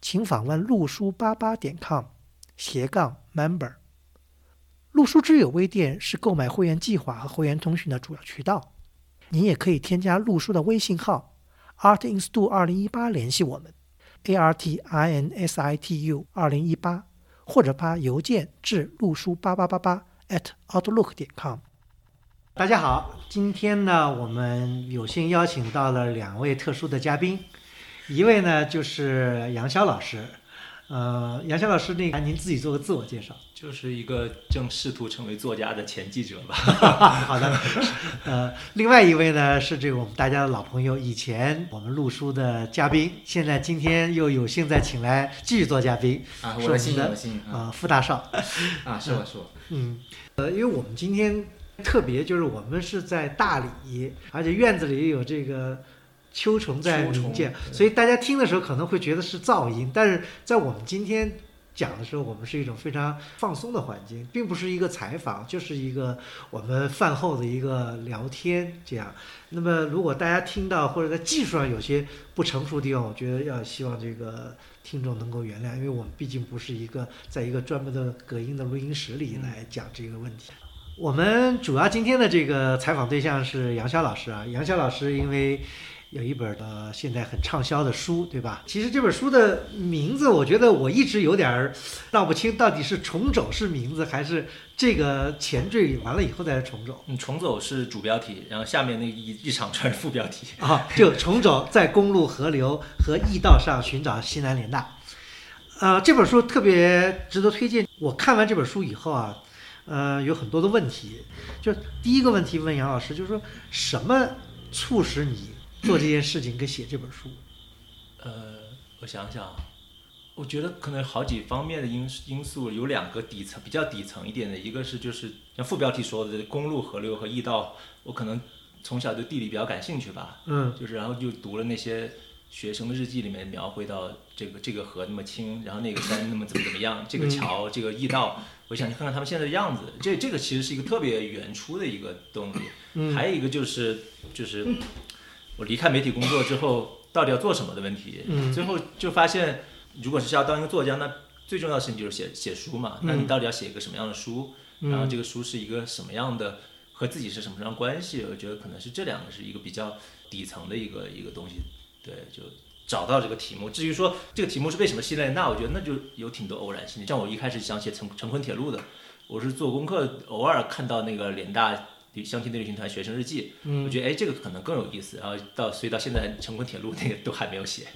请访问陆书八八点 com 斜杠 member。陆书之友微店是购买会员计划和会员通讯的主要渠道。您也可以添加陆书的微信号 art in stu 二零一八联系我们，a r t i n s i t u 二零一八，或者发邮件至陆书八八八八 at outlook 点 com。大家好，今天呢，我们有幸邀请到了两位特殊的嘉宾，一位呢就是杨潇老师，呃，杨潇老师，那个您自己做个自我介绍。就是一个正试图成为作家的前记者 吧。好的，呃，另外一位呢是这个我们大家的老朋友，以前我们录书的嘉宾，现在今天又有幸再请来继续做嘉宾啊，是我我的们幸运，的我的幸运啊啊、傅大少。啊，是我是我，嗯，呃，因为我们今天特别就是我们是在大理，而且院子里有这个秋虫在秋虫鸣叫，对所以大家听的时候可能会觉得是噪音，但是在我们今天讲的时候，我们是一种非常放松的环境，并不是一个采访，就是一个我们饭后的一个聊天这样。那么如果大家听到或者在技术上有些不成熟的地方，我觉得要希望这个。听众能够原谅，因为我们毕竟不是一个在一个专门的隔音的录音室里来讲这个问题。我们主要今天的这个采访对象是杨潇老师啊，杨潇老师因为有一本呃现在很畅销的书，对吧？其实这本书的名字，我觉得我一直有点儿闹不清，到底是重肘是名字，还是这个前缀完了以后再是重肘嗯，重走是主标题，然后下面那一一长串是副标题。啊？就重肘在公路、河流和驿道上寻找西南联大。呃，这本书特别值得推荐。我看完这本书以后啊，呃，有很多的问题。就第一个问题问杨老师，就是说什么促使你做这件事情跟写这本书？呃，我想想啊，我觉得可能好几方面的因因素，有两个底层比较底层一点的，一个是就是像副标题说的公路、河流和驿道，我可能从小对地理比较感兴趣吧，嗯就是然后就读了那些学生的日记里面描绘到这个这个河那么清，然后那个山那么怎么怎么样，嗯这个桥这个驿道，我想去看看他们现在的样子。这这个其实是一个特别原初的一个动力。嗯还有一个就是就是我离开媒体工作之后到底要做什么的问题。嗯最后就发现，如果是要当一个作家，那最重要的事情就是写写书嘛。那嗯你到底要写一个什么样的书？然后这个书是一个什么样的，和自己是什么样的关系？我觉得可能是这两个是一个比较底层的一个一个东西。对，就。找到这个题目，至于说这个题目是为什么系列，那我觉得那就有挺多偶然性的。像我一开始想写成成昆铁路的，我是做功课偶尔看到那个联大旅相亲的旅行团学生日记，嗯我觉得哎这个可能更有意思。然后到所以到现在成昆铁路那个都还没有写。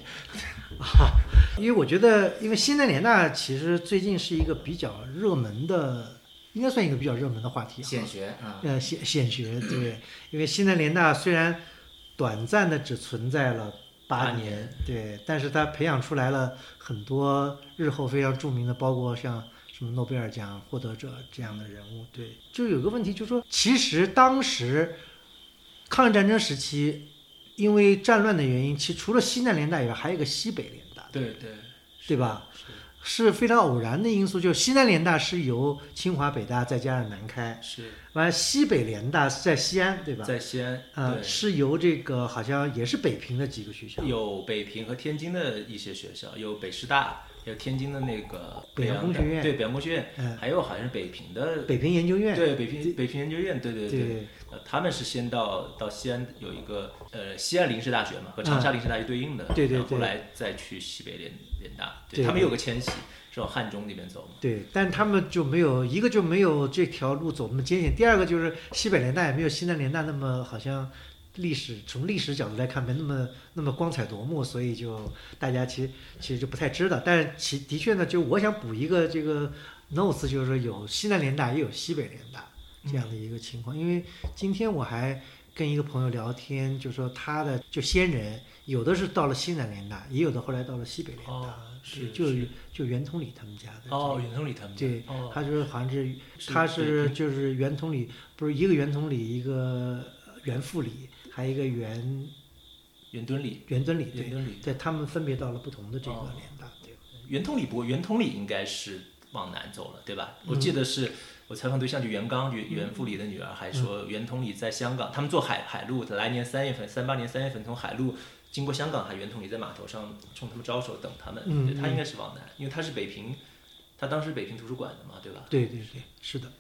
因为我觉得，因为西南联大其实最近是一个比较热门的，应该算一个比较热门的话题啊。显学啊，呃，显显学对，因为西南联大虽然短暂的只存在了八八年对，但是它培养出来了很多日后非常著名的，包括像什么诺贝尔奖获得者这样的人物，对，就有个问题，就是说，其实当时抗日战争时期，因为战乱的原因，其实除了西南联大以外，还有一个西北联大，对对对吧？是非常偶然的因素，就是西南联大是由清华、北大再加上南开。是完了，西北联大是在西安，对吧？在西安，呃，对是由这个好像也是北平的几个学校，有北平和天津的一些学校，有北师大，有天津的那个北洋工学院对北洋工学院，嗯还有好像是北平的。北平研究院。对北平北平研究院，对对对对，呃，他们是先到到西安有一个呃西安林师大学嘛，和长沙林师大学对应的，嗯对对然后对后来再去西北联联大，对对他们有个迁徙是往汉中那边走嘛，对，但他们就没有一个就没有这条路走那么艰险，第二个就是西北联大也没有西南联大那么好像历史从历史角度来看没那么那么光彩夺目，所以就大家其实其实就不太知道。但是其的确呢，就我想补一个这个 notes，就是说有西南联大也有西北联大这样的一个情况，因为今天我还。跟一个朋友聊天，就说他的就先人有的是到了西南联大，也有的后来到了西北联大，哦对是就是就袁同理他们家的这哦，个袁同理他们家对，哦他就是好像是是他对是就是袁同理，不是一个袁同理，一个袁复礼，还有一个袁袁敦礼，袁敦礼，袁对敦礼，对，他们分别到了不同的这个哦联大，对，袁同理不过袁同理应该是往南走了，对吧？嗯我记得是我采访对象就袁刚袁袁复礼的女儿还嗯说，袁同理在香港，他们做海海路，来年三月份，三八年三月份从海路。经过香港，还袁同理在码头上冲他们招手，等他们。嗯对他应该是往南，因为他是北平，他当时北平图书馆的嘛，对吧？对对对，是的。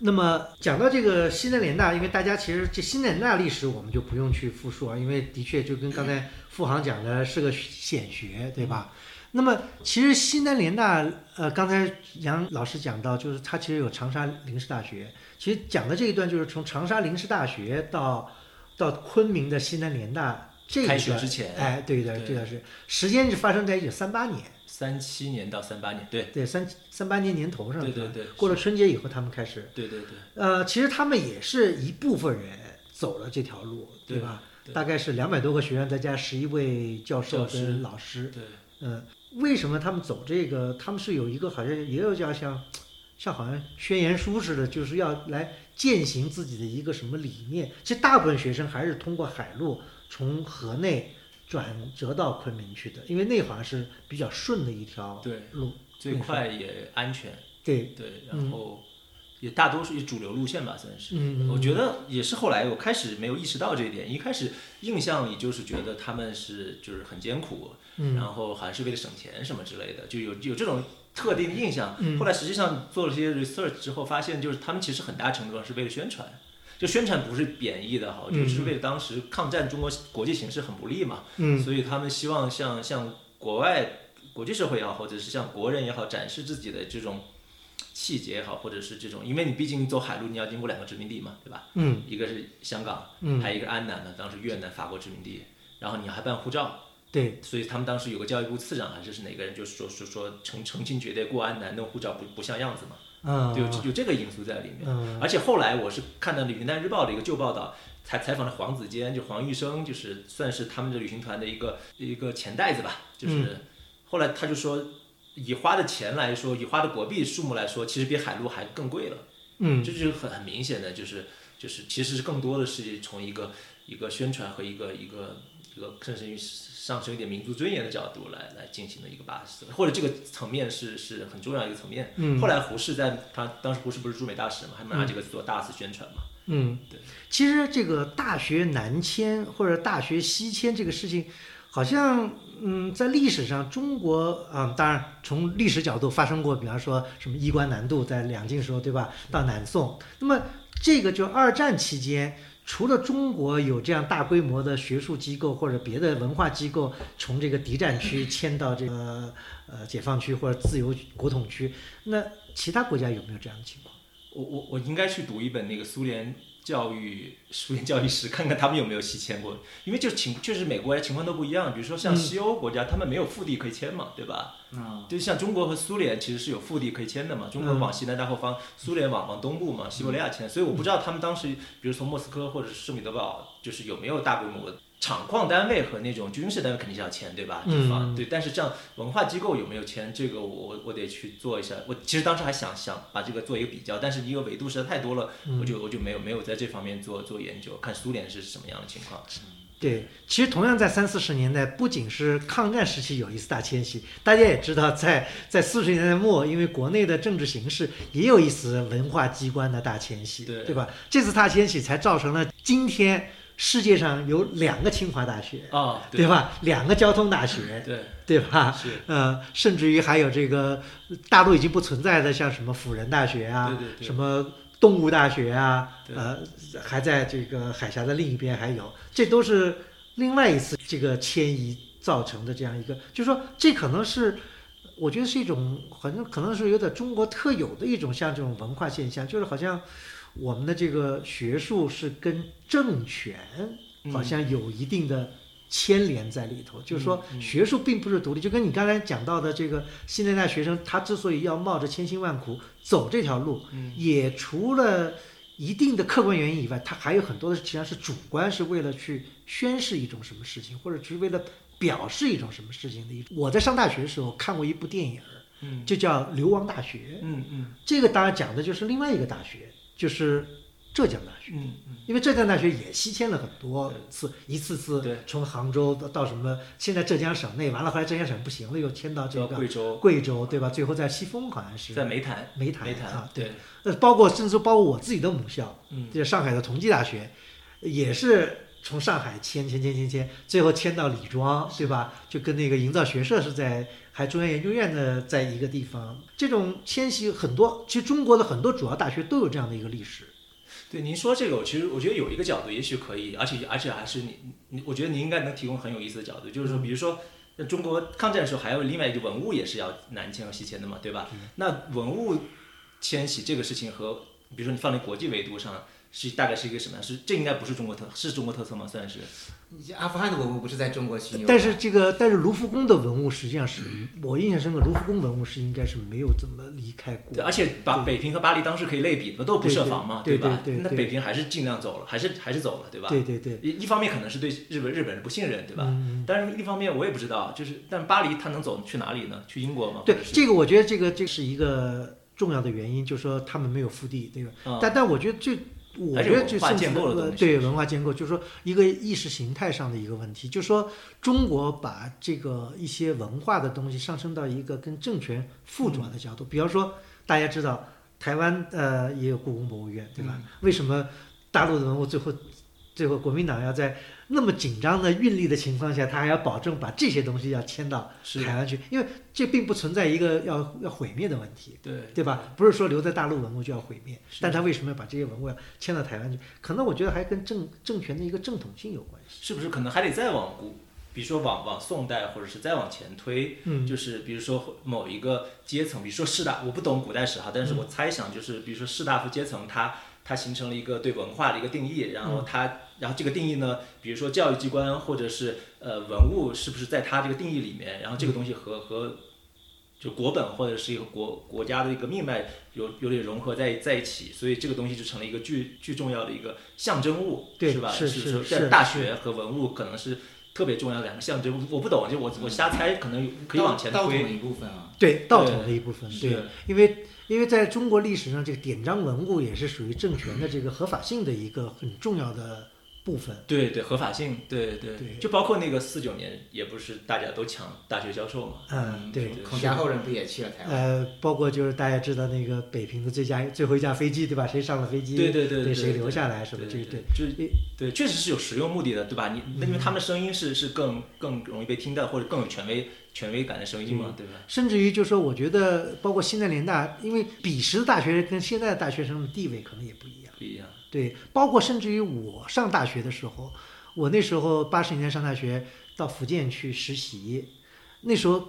那么讲到这个西南联大，因为大家其实这西南联大历史我们就不用去复述啊，因为的确就跟刚才付航讲的是个显学，对吧？那么其实西南联大，呃，刚才杨老师讲到，就是它其实有长沙林师大学，其实讲的这一段就是从长沙林师大学到到昆明的西南联大这一开段，学之前哎，对的，对这段是时间是发生在一九三八年，三七年到三八年，对，对，三三八年年头上，对对对嗯过了春节以后，他们开始对对对，呃，其实他们也是一部分人走了这条路，对对吧？对大概是两百多个学员，再加十一位教授教师跟老师。对，嗯，为什么他们走这个？他们是有一个好像也有叫像，像好像宣言书似的，就是要来践行自己的一个什么理念。其实大部分学生还是通过海路从河内转折到昆明去的，因为那好像是比较顺的一条对路。最快也安全，对，对，嗯然后也大多数也主流路线吧，算是。嗯，我觉得也是后来我开始没有意识到这一点，一开始印象里就是觉得他们是就是很艰苦，嗯然后好像是为了省钱什么之类的，就有有这种特定的印象。嗯后来实际上做了些 research 之后，发现就是他们其实很大程度上是为了宣传。就宣传不是贬义的哈，嗯就是为了当时抗战中国国际形势很不利嘛，嗯所以他们希望向向国外国际社会也好，或者是向国人也好，展示自己的这种气节也好，或者是这种，因为你毕竟走海路，你要经过两个殖民地嘛，对吧？嗯一个是香港，嗯，还有一个安南呢，当时越南、法国殖民地，然后你还办护照，对。所以他们当时有个教育部次长还是是哪个人，就说说说成成群结队过安南弄护照不不像样子嘛，嗯，对有这有这个因素在里面。嗯而且后来我是看到了《云南日报》的一个旧报道，采采访了黄子坚，就黄玉生，就是算是他们的旅行团的一个一个钱袋子吧。就是嗯后来他就说，以花的钱来说，以花的国币数目来说，其实比海路还更贵了。嗯，这就是很很明显的，就是就是其实是更多的是从一个一个宣传和一个一个一个甚至于上升一点民族尊严的角度来来进行的一个跋涉，或者这个层面是是很重要的一个层面。嗯后来胡适在他当时胡适不是驻美大使嘛，还拿这个做大肆宣传嘛。嗯对，其实这个大学南迁或者大学西迁这个事情，好像嗯，在历史上中国啊、当然从历史角度发生过，比方说什么衣冠南渡，在两晋时候对吧，到南宋，那么这个就二战期间。除了中国有这样大规模的学术机构或者别的文化机构从这个敌占区迁到这个呃解放区或者自由国统区，那其他国家有没有这样的情况？我我我应该去读一本那个苏联教育苏联教育史，看看他们有没有西迁过，因为就情确实每个国家情况都不一样。比如说嗯像西欧国家，他们没有腹地可以迁嘛，对吧？啊，就像中国和苏联其实是有腹地可以迁的嘛，中嗯国往西南大后方，苏联往往东部嘛，西伯利亚迁。所以我不知道他们当时，比如从莫斯科或者是圣彼得堡，就是有没有大规模的厂矿单位和那种军事单位肯定是要迁，对吧？嗯就放对。但是这样文化机构有没有迁，这个我我我得去做一下。我其实当时还想想把这个做一个比较，但是一个维度实在太多了，嗯我就我就没有没有在这方面做做研究，看苏联是什么样的情况。对，其实同样在三四十年代，不仅是抗战时期有一次大迁徙，大家也知道在，在四十年代末，因为国内的政治形势，也有一次文化机关的大迁徙，对吧？这次大迁徙才造成了今天世界上有两个清华大学，啊，对吧？两个交通大学，对，对吧？是，呃，甚至于还有这个大陆已经不存在的，像什么辅仁大学啊，对对对什么动物大学啊，对呃，还在这个海峡的另一边还有，这都是另外一次这个迁移造成的这样一个，就是说这可能是。我觉得是一种，好像可能是有点中国特有的一种像这种文化现象，就是好像我们的这个学术是跟政权嗯好像有一定的牵连在里头，就是说嗯嗯学术并不是独立，就跟你刚才讲到的这个新时代学生，他之所以要冒着千辛万苦走这条路，嗯也除了一定的客观原因以外，它还有很多的实际上是主观，是为了去宣示一种什么事情，或者是为了表示一种什么事情的一。我在上大学的时候看过一部电影，嗯就叫《流亡大学》，嗯嗯这个当然讲的就是另外一个大学，就是浙江大学。嗯嗯，因为浙江大学也西迁了很多次，一次次对从杭州到到什么，现在浙江省内完了，后来浙江省不行了，又迁到这叫个贵州，贵州，对吧？最后在西丰好像是在煤炭，煤炭煤啊炭，，对，呃，包括甚至包括我自己的母校，嗯就是上海的同济大学，也是从上海迁迁迁迁迁，最后迁到李庄，对吧？就跟那个营造学社是在还中央研究院的在一个地方。这种迁徙很多，其实中国的很多主要大学都有这样的一个历史。对，您说这个，我其实我觉得有一个角度，也许可以，而且而且还是你你，我觉得您应该能提供很有意思的角度，就是说，比如说，那中国抗战的时候，还有另外一个文物也是要南迁和西迁的嘛，对吧？那文物迁徙这个事情和，比如说你放在国际维度上，是大概是一个什么样？是这应该不是中国特，是中国特色吗？算是你这阿富汗的文物不是在中国巡游吗？但是这个，但是卢浮宫的文物实际上是我印象深刻，卢浮宫文物是应该是没有怎么离开过。对，而且把北平和巴黎当时可以类比的，都不设防嘛，对对吧？对对对那北平还是尽量走了，还是还是走了，对吧？对对对，一一方面可能是对日本日本人不信任，对吧？嗯但是另一方面我也不知道，就是但巴黎他能走去哪里呢？去英国吗？对或者哦是这个，我觉得这个这是一个重要的原因，就是说他们没有腹地，对吧？嗯但但我觉得最，我还是觉得文最化甚至建构的呃东西对是文化建构，就是说一个意识形态上的一个问题，就是说中国把这个一些文化的东西上升到一个跟政权附着嗯的角度，比方说大家知道台湾呃也有故宫博物院，对吧？嗯为什么大陆的文物最后最后国民党要在那么紧张的运力的情况下，他还要保证把这些东西要迁到是台湾去，因为这并不存在一个要要毁灭的问题，对对吧？不是说留在大陆文物就要毁灭，是但他为什么要把这些文物要迁到台湾去？可能我觉得还跟政政权的一个正统性有关系。是不是可能还得再往古，比如说往往宋代或者是再往前推，嗯就是比如说某一个阶层，比如说士大，我不懂古代史哈，但嗯是我猜想就是比如说士大夫阶层他。它形成了一个对文化的一个定义，然嗯后它，然后这个定义呢，比如说教育机关或者是呃文物，是不是在它这个定义里面？然后这个东西和和就国本或者是一个国国家的一个命脉有有点融合在在一起，所以这个东西就成了一个巨巨重要的一个象征物，对是吧？是是是是在大学和文物可能是特别重要的两个象征，我不懂，就我我瞎猜，可能有可以嗯往前倒倒推。退一部分啊。对，道统的一部分，是对，因为因为在中国历史上，这个典章文物也是属于政权的这个合法性的一个很重要的部分。对对，合法性，对对，对就包括那个四九年，也不是大家都抢大学教授嘛，嗯，对，孔家后人不也去了嗯台湾？呃，包括就是大家知道那个北平的最佳最后一架飞机，对吧？谁上了飞机？对对对对谁对留下来什么？对这对个对。对，就是对，确实是有实用目的的，对吧？你那因为他们声音是是更更容易被听到，或者更有权威权威感的声音嗯嘛，对吧？甚至于就说，我觉得包括现在联大，因为彼时的大学生跟现在的大学生的地位可能也不一样。不一样，对，包括甚至于我上大学的时候，我那时候八十年代上大学到福建去实习，那时候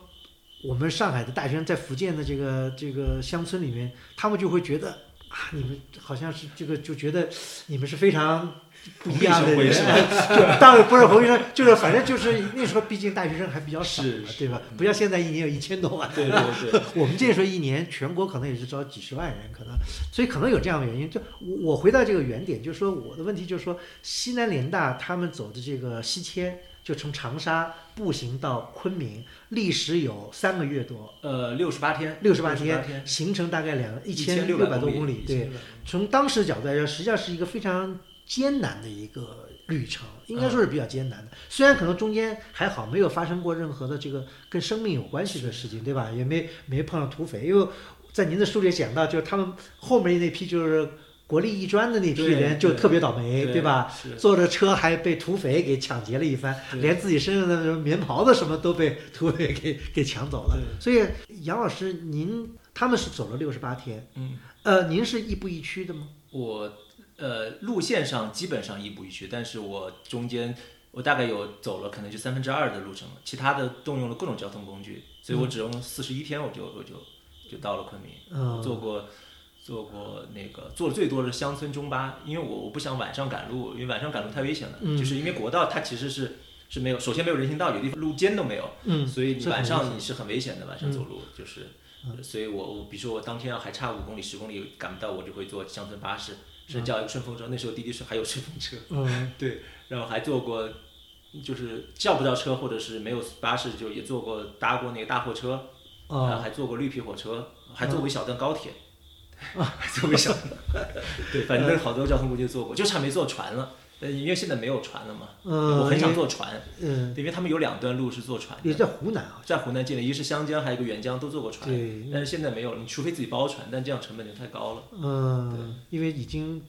我们上海的大学生在福建的这个这个乡村里面，他们就会觉得啊，你们好像是这个就觉得你们是非常。不一样的同人辈社， 就当然不是同学生，就是反正就是那时候，毕竟大学生还比较少嘛是，是对吧？不像现在一年有一千多万，对对对， 我们这时候一年全国可能也是招几十万人，可能，所以可能有这样的原因。就我我回到这个原点，就是说我的问题就是说，西南联大他们走的这个西迁，就从长沙步行到昆明，历时有三个月多，呃，六十八天，六十八天，天，行程大概两一千六六百多公公里，对，，从当时角度来说，实际上是一个非常艰难的一个旅程，应该说嗯是比较艰难的。虽然可能中间还好，没有发生过任何的这个跟生命有关系的事情，对吧？也没没碰上土匪，因为在您的书里讲到，就是他们后面那批就是国立艺专的那批对人就对特别倒霉，对对吧？？是坐着车还被土匪给抢劫了一番，对连自己身上的什么棉袍子什么都被土匪给给抢走了。所以杨老师，您他们是走了六十八天，嗯，呃，您是亦步亦趋的吗？我呃路线上基本上亦步亦趋，但是我中间我大概有走了可能就三分之二的路程，其他的动用了各种交通工具，所以我只用四十一天我就我就就到了昆明，嗯我坐过。坐过那个坐的最多的是乡村中巴，因为我我不想晚上赶路，因为晚上赶路太危险了。嗯就是因为国道它其实是是没有，首先没有人行道，有地方路肩都没有，嗯所以你这很晚危上险嗯你是很危险的，晚上走路、就是。呃所以我我比如说我当天要还差五公里十公里赶不到，我就会坐乡村巴士，甚至叫一个顺风车。那时候滴滴是还有顺风车，嗯 对，然后还坐过，就是叫不到车或者是没有巴士，就也坐过搭过那个大货车，啊，啊，还坐过绿皮火车，还嗯坐过一小 段高铁，还坐过一小段， 对，反正好多交通工具坐过，就差没坐船了。呃，因为现在没有船了嘛，嗯我很想坐船，嗯，对因为他们有两段路是坐船也的，在湖南啊，在湖南建立，一个是湘江，还有一个沅江，都坐过船对，但是现在没有了，你除非自己包船，但这样成本就太高了。嗯，因为已经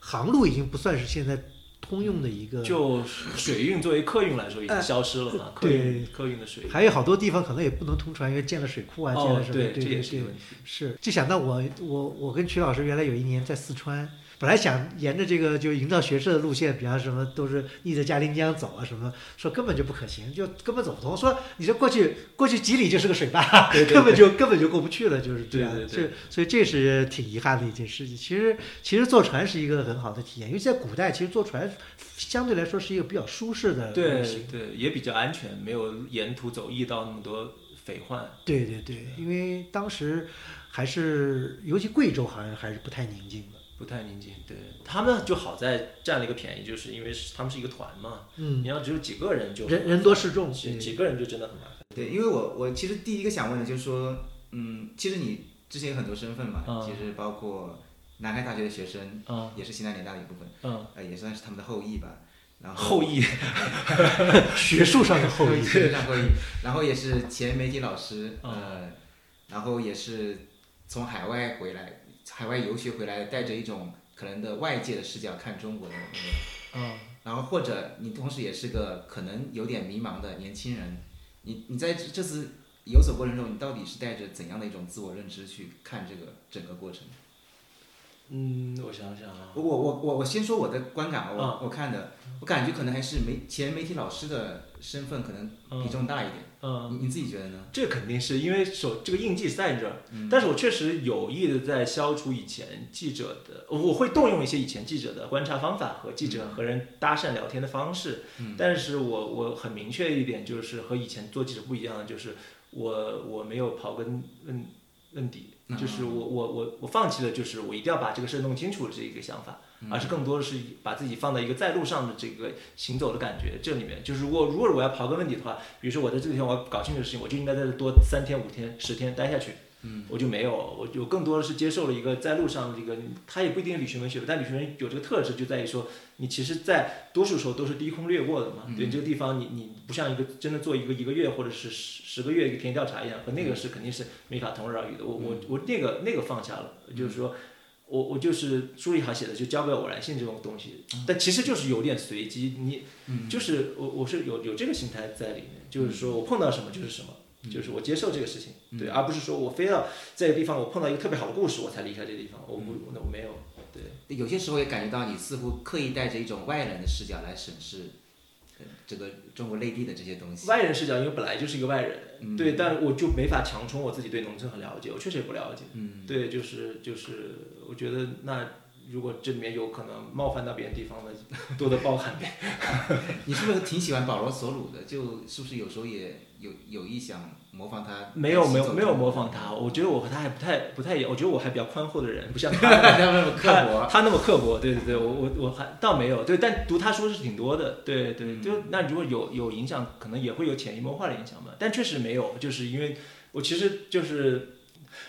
航路已经不算是现在通用的一个，就水运作为客运来说已经消失了嘛，客运客运的水运还有好多地方可能也不能通船，因为建了水库啊，建哦了，什么，对，这对也对是对一个，问题。是。就想到我我我跟曲老师原来有一年在四川，本来想沿着这个就营造学社的路线，比方什么都是逆着嘉陵江走啊什么，说根本就不可行，就根本走不通。说你这过去过去几里就是个水坝，对对对根本就根本就过不去了，就是这样。对对对这所以这是挺遗憾的一件事情。其实其实坐船是一个很好的体验，因为在古代其实坐船相对来说是一个比较舒适的对旅行对，也比较安全，没有沿途走驿道那么多匪患。对对对，因为当时还是，尤其贵州好像还是不太宁静的。不太宁静，对他们就好在占了一个便宜，就是因为是他们是一个团嘛，嗯你，要只有几个人就人人多势众。几对几个人就真的很麻烦。对，因为我我其实第一个想问的就是说，嗯，其实你之前有很多身份嘛，嗯其实包括南开大学的学生，嗯也是西南联大的一部分，嗯，呃，也算是他们的后裔吧。然后后羿嗯 学术上的后 裔。对，然后然后也是前媒体老师，嗯呃，然后也是从海外回来，海外游学回来，带着一种可能的外界的视角看中国的那个，嗯然后或者你同时也是个可能有点迷茫的年轻人，你你在这这次游走过程中，你到底是带着怎样的一种自我认知去看这个整个过程？嗯，我想想啊，我我我我先说我的观感吧，啊我、嗯我看的，我感觉可能还是媒前媒体老师的身份可能比重大一点，嗯，你你自己觉得呢？这肯定是因为手这个印记在这儿，但是我确实有意的在消除以前记者的，我我会动用一些以前记者的观察方法和记者和人搭讪聊天的方式，但是我我很明确一点，就是和以前做记者不一样的，就是我我没有刨根问问底，嗯就是我我我我放弃了，就是我一定要把这个事儿弄清楚这一个想法，而是更多的是把自己放在一个在路上的这个行走的感觉这里面。就是如果如果我要刨根问底的话，比如说我在这几天我要搞清楚的事情，我就应该在这多三天、五天、十天待下去。嗯，我就没有，我就更多的是接受了一个在路上的一个，他也不一定旅行文学，但旅行文有这个特质就在于说，你其实，在多数时候都是低空掠过的嘛。对这个地方你，你不像一个真的做一个一个月或者是十十个月一个田野调查一样，和那个是肯定是没法同日而语的。我我我那个那个放下了，就是说我我就是书里还写的，就交给偶然性这种东西，嗯但其实就是有点随机，你就是我我是有有这个心态在里面，就是嗯说我碰到什么就是什么。就是我接受这个事情，对，而不是说我非要在这个地方我碰到一个特别好的故事我才离开这个地方，我不嗯那我没有，对，有些时候也感觉到你似乎刻意带着一种外人的视角来审视，呃这个中国内地的这些东西。嗯外人视角，因为本来就是一个外人，对，但我就没法强冲我自己对农村很了解，我确实也不了解，嗯，对，就是就是，我觉得那如果这里面有可能冒犯到别人地方的，多多包涵呗。 你是不是挺喜欢保罗·索鲁的？就是不是有时候也有有意想模仿他？没有没有没有模他仿他，我觉得我和他还不太不太一样，我觉得我还比较宽厚的人，不像走走，他。 他 那么刻他薄。啊他那么刻薄，对对对，我我我还倒没有，对，但读他书是挺多的，对对，嗯就那如果有有影响，可能也会有潜移默化的影响吧，但确实没有，就是因为我其实就是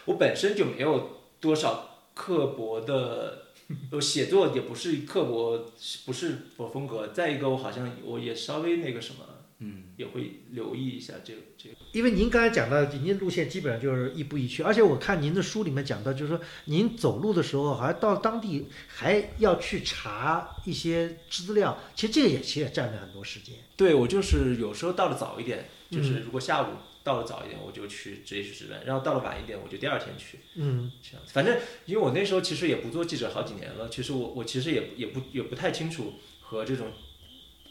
我本身就没有多少刻薄的，我写作也不是刻薄，不是我风格，再一个我好像我也稍微那个什么，嗯，也会留意一下这个这个，因为您刚才讲到，您路线基本上就是亦步亦趋，而且我看您的书里面讲到，就是说您走路的时候，好像到当地还要去查一些资料，其实这个也其实也占了很多时间。对我就是有时候到的早一点，嗯就是如果下午到的早一点，我就去直接去值班，然后到了晚一点，我就第二天去。嗯这样，反正因为我那时候其实也不做记者好几年了，其实我我其实也不也不也不太清楚和这种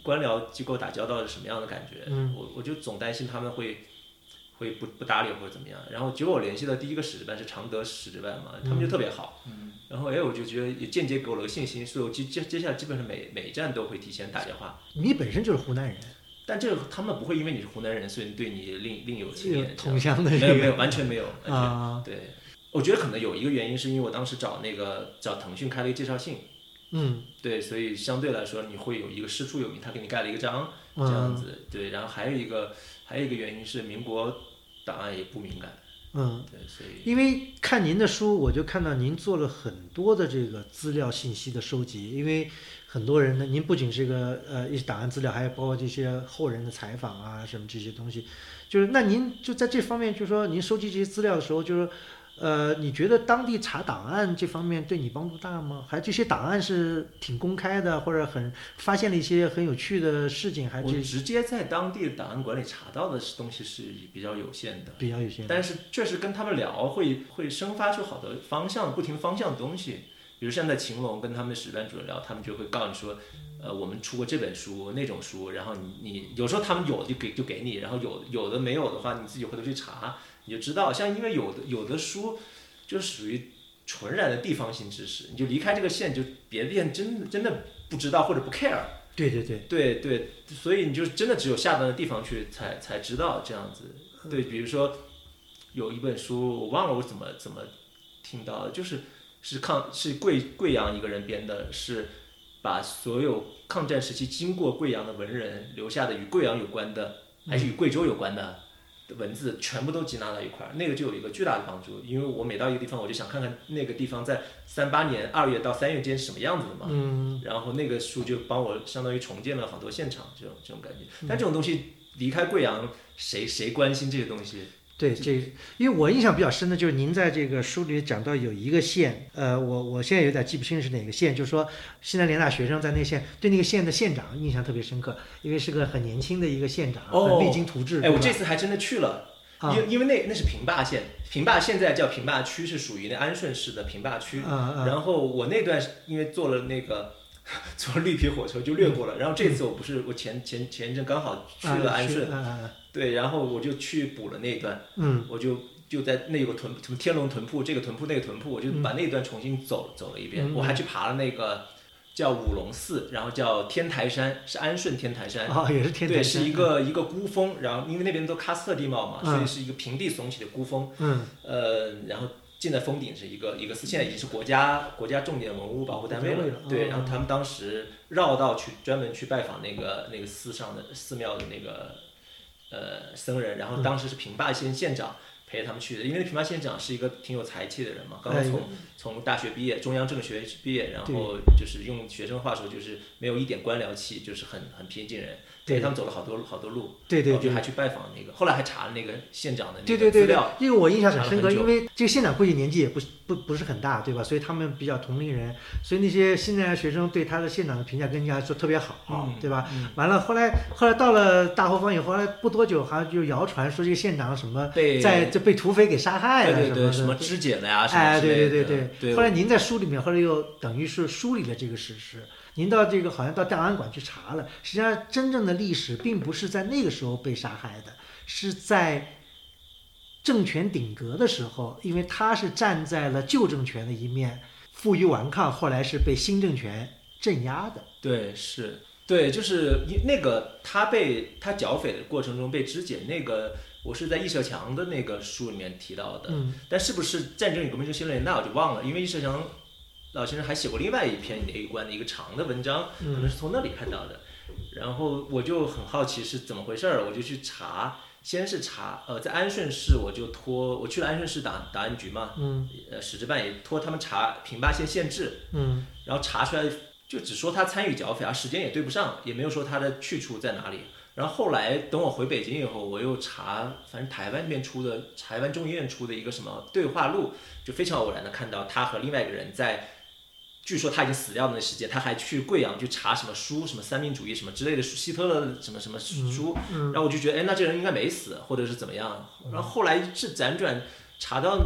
官僚机构打交道是什么样的感觉，嗯我我就总担心他们会会不不搭理我或者怎么样。然后结果我联系到第一个使值办是常德使值办嘛，他嗯们就特别好，然后哎我就觉得也间接给我了个信心，所以我接接接下来基本上每每一站都会提前打电话。你本身就是湖南人，但这个他们不会因为你是湖南人，所以对你另另有情面，这同样乡的没这有没个有完全没有完全没有啊，对，我觉得可能有一个原因是因为我当时找那个找腾讯开了一个介绍信，嗯对，所以相对来说你会有一个师出有名，他给你盖了一个章这样嗯子，对，然后还有一个还有一个原因是民国档案也不敏感，嗯，对，所以因为看您的书，我就看到您做了很多的这个资料信息的收集。因为很多人呢，您不仅是个呃一些档案资料，还有包括这些后人的采访啊什么这些东西。就是那您就在这方面，就是说您收集这些资料的时候，就是呃，你觉得当地查档案这方面对你帮助大吗？还这些档案是挺公开的，或者很发现了一些很有趣的事情，还我是直接在当地档案馆里查到的东西是比较有限的。比较有些但是确实跟他们聊会会生发出好的方向，不停方向的东西。比如像在晴隆跟他们史班主任聊，他们就会告诉你说，呃，我们出过这本书、那种书，然后你你有时候他们有的就给就给你，然后有有的没有的话，你自己回头去查，你就知道。像因为有的有的书就属于纯然的地方性知识，你就离开这个县，就别的县真的真的不知道或者不 care。对对对，对对，所以你就真的只有下到那地方去才才知道这样子。对，比如说有一本书，我忘了我怎么怎么听到的，就是是抗是贵贵阳一个人编的，是把所有抗战时期经过贵阳的文人留下的与贵阳有关的，还是与贵州有关的。文字全部都集纳到一块儿，那个就有一个巨大的帮助，因为我每到一个地方，我就想看看那个地方在三八年二月到三月间是什么样子的嘛。嗯然后那个书就帮我相当于重建了好多现场，这种这种感觉。但这种东西离开贵阳，谁谁关心这些东西？对，这个因为我印象比较深的就是您在这个书里讲到有一个县，呃，我我现在有点记不清是哪个县，就是说西南联大学生在那县对那个县的县长印象特别深刻，因为是个很年轻的一个县长，哦很励精图治。哎，我对这吧次还真的去了，啊因因为那那是平坝县，平坝现在叫平坝区，是属于那安顺市的平坝区。啊啊然后我那段是因为坐了那个 坐了绿皮火车就略过了，然后这次我不是我前前前一阵刚好哦去了安顺，啊啊对，然后我就去补了那一段。嗯我就就在那有个屯什么天龙屯铺，这个屯铺那个屯铺，我就把那一段重新走走了一遍。嗯我还去爬了那个叫五龙寺，然后叫天台山，是安顺天台山。啊，也是天台对，是山一个一个孤峰，然后因为那边都喀斯特地貌嘛，嗯所以是一个平地耸起的孤峰，嗯呃，然后建在峰顶是一个一个寺，现在已经是国家国家重点文物保护单位保护了单位了。对，哦然后他们当时绕道去专门去拜访那个那个寺上的寺庙的那个呃僧人，然后当时是平坝县县长陪他们去的，因为平坝县长是一个挺有才气的人嘛，刚刚哎从、从大学毕业，中央政治学院毕业，然后就是用学生话说就是没有一点官僚气，就是很很平易近人，对陪他们走了好多好多路，对对然后就对还去拜访那个，后来还查了那个县长的那对个对资对对料，，因为我印象很深查了刻，很久因为这个县长估计年纪也不是不不是很大，对吧？所以他们比较同龄人，所以那些新来的学生对他的县长的评价跟人家说特别好，嗯对吧？完了后来后来到了大后方以后，后来不多久好像就谣传说这个县长什么被呃在这被土匪给杀害了对对什对，么什么的。肢解的呀，什哎，么之类对的，对对对后来您在书里面，后来又等于是梳理了这个史实。您到这个好像到档案馆去查了，实际上真正的历史并不是在那个时候被杀害的，是在政权顶格的时候，因为他是站在了旧政权的一面，负隅顽抗，后来是被新政权镇压的。对，是，对，就是因那个他被他剿匪的过程中被肢解，那个我是在易舍强的那个书里面提到的，嗯但是不是《战争与革命中心论》那我就忘了，因为易舍强老先生还写过另外一篇雷关的一个长的文章，可能是从那里看到的，然后我就很好奇是怎么回事儿，我就去查。先是查，呃，在安顺市，我就托我去了安顺市档档案局嘛，嗯呃，史志办也托他们查平坝县县志，嗯然后查出来就只说他参与剿匪，而时间也对不上，也没有说他的去处在哪里。然后后来等我回北京以后，我又查，反正台湾那边出的，台湾众议院出的一个什么对话录，就非常偶然的看到他和另外一个人在，据说他已经死掉的那时间，他还去贵阳去查什么书，什么三民主义什么之类的书，希特勒的什么什么书，嗯然后我就觉得，哎，那这人应该没死，或者是怎么样。然后后来是辗转查到，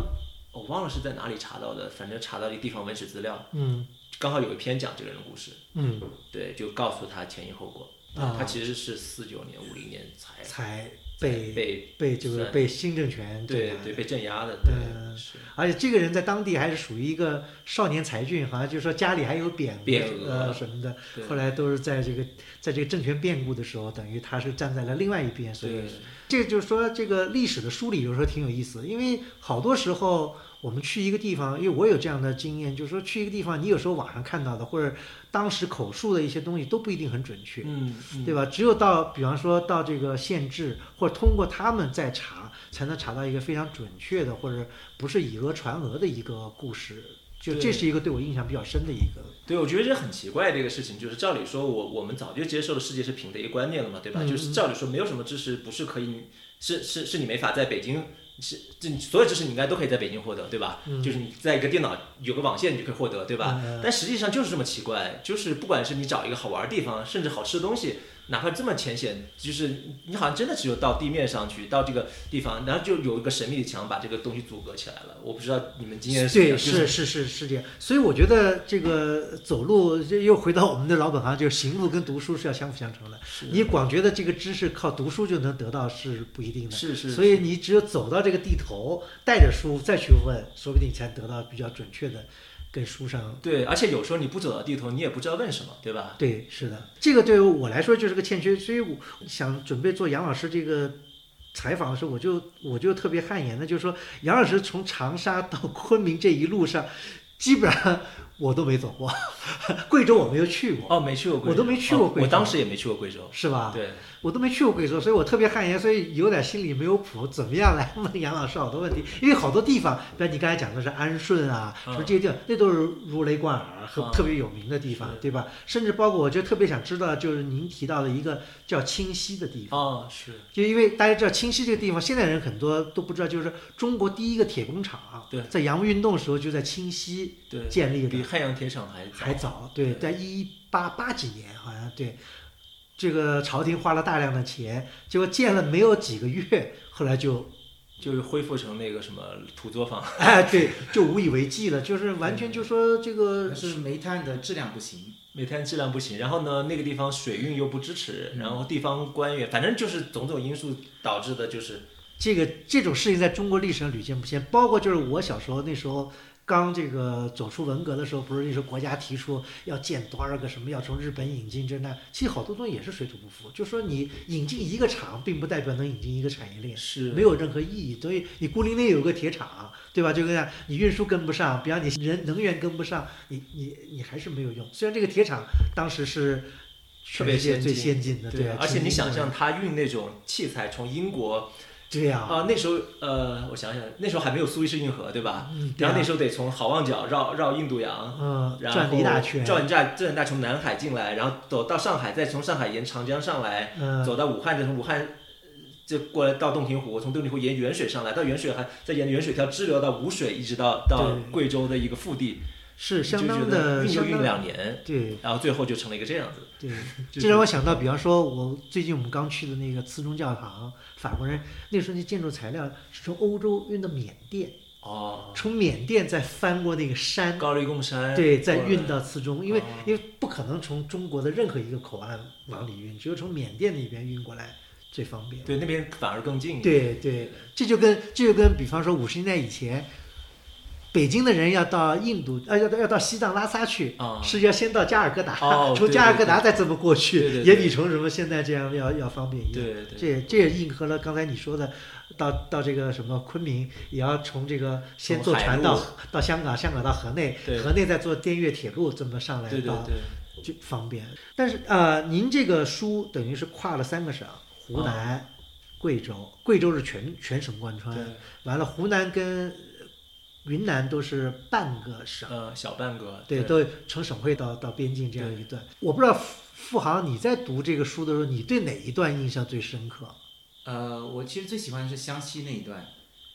我忘了是在哪里查到的，反正查到一个地方文史资料，嗯刚好有一篇讲这个人的故事，嗯，对，就告诉他前因后果。啊他其实是四九年、五零年才才被被被就是算被新政权对镇压对的被镇压的，对、嗯是而且这个人在当地还是属于一个少年才俊，好像就是说家里还有匾匾额额呃什么的。对后来都是在这个在这个政权变故的时候，等于他是站在了另外一边，所以对这就是说这个历史的梳理有时候挺有意思，因为好多时候我们去一个地方，因为我有这样的经验，就是说去一个地方，你有时候网上看到的或者当时口述的一些东西都不一定很准确。嗯嗯对吧？只有到，比方说到这个县志，或者通过他们再查，才能查到一个非常准确的，或者不是以讹传讹的一个故事。就这对是一个对我印象比较深的一个。对，我觉得这很奇怪这个事情，就是照理说我我们早就接受了世界是平的一个观念了嘛，对吧？嗯就是照理说没有什么知识不是可以，是是是你没法在北京。是，这你所有知识你应该都可以在北京获得，对吧？嗯就是你在一个电脑有个网线，你就可以获得，对吧？嗯嗯但实际上就是这么奇怪，就是不管是你找一个好玩的地方，甚至好吃的东西，哪怕这么浅显，就是你好像真的只有到地面上去，到这个地方，然后就有一个神秘的墙把这个东西阻隔起来了。我不知道你们经验是怎对，样就是是是是是这样。所以我觉得这个走路就又回到我们的老本行，就是行路跟读书是要相辅相成的。你光觉得这个知识靠读书就能得到是不一定的，是是所以你只有走到这个地头，带着书再去问，说不定才得到比较准确的，跟书上对，而且有时候你不走到地头，你也不知道问什么，对吧？对，是的，这个对于我来说就是个欠缺，所以我想准备做杨老师这个采访的时候，我就我就特别汗颜的，就是说杨老师从长沙到昆明这一路上，基本上我都没走过，贵州我没有去过，哦，没去过贵州，我都没去过哦贵州啊我当时也没去过贵州。是吧？对，我都没去过贵州，所以我特别汗颜，所以有点心里没有谱，怎么样来问杨老师好多问题？因为好多地方，比如你刚才讲的是安顺啊，什嗯么这些地方，那都是如雷贯耳和嗯特别有名的地方，是对吧？甚至包括我就特别想知道，就是您提到的一个叫清溪的地方。哦，是，就因为大家知道清溪这个地方，现在人很多都不知道，就是中国第一个铁工厂，对在洋务运动的时候就在清溪对，建立的，比汉阳铁厂还还早。早，对，对在一八八几年好像对，这个朝廷花了大量的钱，结果建了没有几个月，后来就 就是恢复成那个什么土作坊。哎对，就无以为继了，就是完全就说这个但是煤炭的质量不行，煤炭质量不行，然后呢，那个地方水运又不支持，嗯然后地方官员，反正就是种种因素导致的，就是这个这种事情在中国历史上屡见不鲜，包括就是我小时候那时候刚这个走出文革的时候，不是那时候国家提出要建多少个什么，要从日本引进这那，其实好多东西也是水土不服，就说你引进一个厂，并不代表能引进一个产业链。是没有任何意义。所以你孤零零有个铁厂，对吧？就跟你运输跟不上，比方你人能源跟不上，你你你还是没有用。虽然这个铁厂当时是特全别世界先最进先进的，对啊，而且你全想英国象人，他运那种器材从英国对呀、啊，那时候呃，我想想，那时候还没有苏伊士运河，对吧？嗯对然后啊那时候得从好望角绕绕印度洋，嗯，然后转了一大圈，转一大转一大从南海进来，然后走到上海，再从上海沿长江上来，嗯，走到武汉，再从武汉呃就过来到洞庭湖，从洞庭湖沿源水上来，到源水还再沿源水条支流到吴水，一直到到对贵州的一个腹地，是相你就当觉得的运就相运当两年，对然后最后就成了一个这样子。对， 就是这让我想到，比方说，我最近我们刚去的那个次中教堂，法国人那时候那建筑材料是从欧洲运到缅甸，哦，从缅甸再翻过那个山，高黎贡山对，再在运到次中，因为哎哦因为不可能从中国的任何一个口岸往里运，只有从缅甸那边运过来最方便。对那边反而更近。对对，这就跟这就跟比方说五十年代以前，北京的人要到印度，呃，要到要到西藏拉萨去，啊是要先到加尔各答，哦 从对加尔对各答再这么过去，对对也对比从什么现在这样要要方便一点。对对这也这也应和了刚才你说的，到到这个什么昆明，也要从这个先从坐海船路到到香港，香港到河内，对河内再坐滇越铁路这么上来对对到对，就方便。但是呃，您这个书等于是跨了三个省，啊湖南、贵州，贵州是全全省贯穿对，完了湖南跟云南都是半个省，呃，小半个对，都从省会到到边境这样对一段。我不知道付付航你在读这个书的时候，你对哪一段印象最深刻呃，我其实最喜欢的是湘西那一段，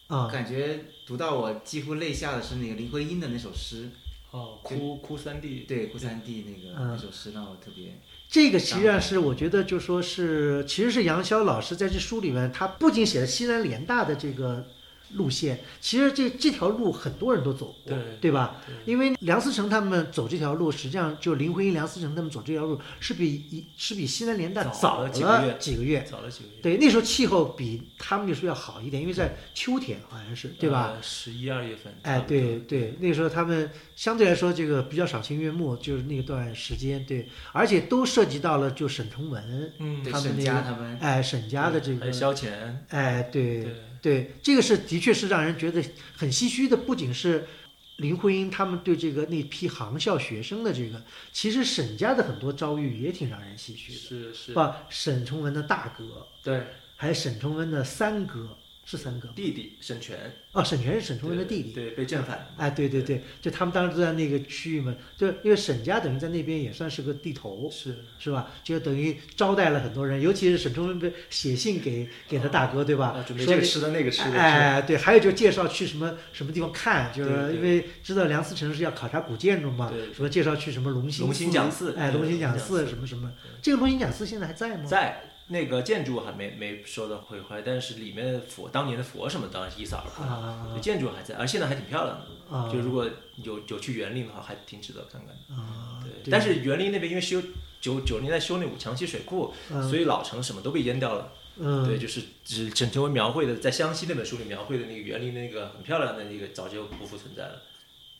啊？感觉读到我几乎泪下的是那个林徽因的那首诗，哦，哭哭三弟，对，顾三弟那个嗯那首诗让我特别，这个实际啊上是我觉得就说是，其实是杨潇老师在这书里面，他不仅写了西南联大的这个路线，其实这这条路很多人都走过，对对吧？因为梁思成他们走这条路，实际上就林徽因、梁思成他们走这条路是比一是比西南联大早早了了几几个月个月。早了几个月，对，那时候气候比他们那时候要好一点，因为在秋天好像是，对吧？呃？十一二月份，哎，差不多对对，那时候他们相对来说这个比较赏心悦目，就是那段时间，对，而且都涉及到了就沈从文，嗯，对他们沈那个家他们，哎，沈家的这还个，有萧乾，哎，对对对，这个是的确是让人觉得很唏嘘的，不仅是林徽因他们对这个那批航校学生的这个，其实沈家的很多遭遇也挺让人唏嘘的，是是，把沈从文的大哥，对，还有沈从文的三哥，是三哥吗？弟弟沈泉，哦，沈泉是沈从文的弟弟。对，对被正反，哎，对对对，就他们当时都在那个区域嘛，就因为沈家等于在那边也算是个地头，是哦是吧？就等于招待了很多人，尤其是沈从文不是写信给给他大哥，对吧？啊准备说这个吃的那个吃的，哎，对，还有就介绍去什么什么地方看，就是对对因为知道梁思成是要考察古建筑嘛，对对哎说介绍去什么隆兴龙兴讲寺哎，对隆兴讲寺龙兴讲寺什么什么，这个隆兴讲寺现在还在吗？在那个建筑还没没说到毁坏，但是里面的佛当年的佛什么当然是一扫而空了，啊就建筑还在，而现在还挺漂亮的。啊就如果有有去园林的话，还挺值得看看的。啊！对，但是园林那边因为修九九十年代修那五强溪水库，嗯所以老城什么都被淹掉了。嗯，对，就是只沈从文描绘的，在湘西那本书里描绘的那个园林，那个很漂亮的那个，早就不复存在了。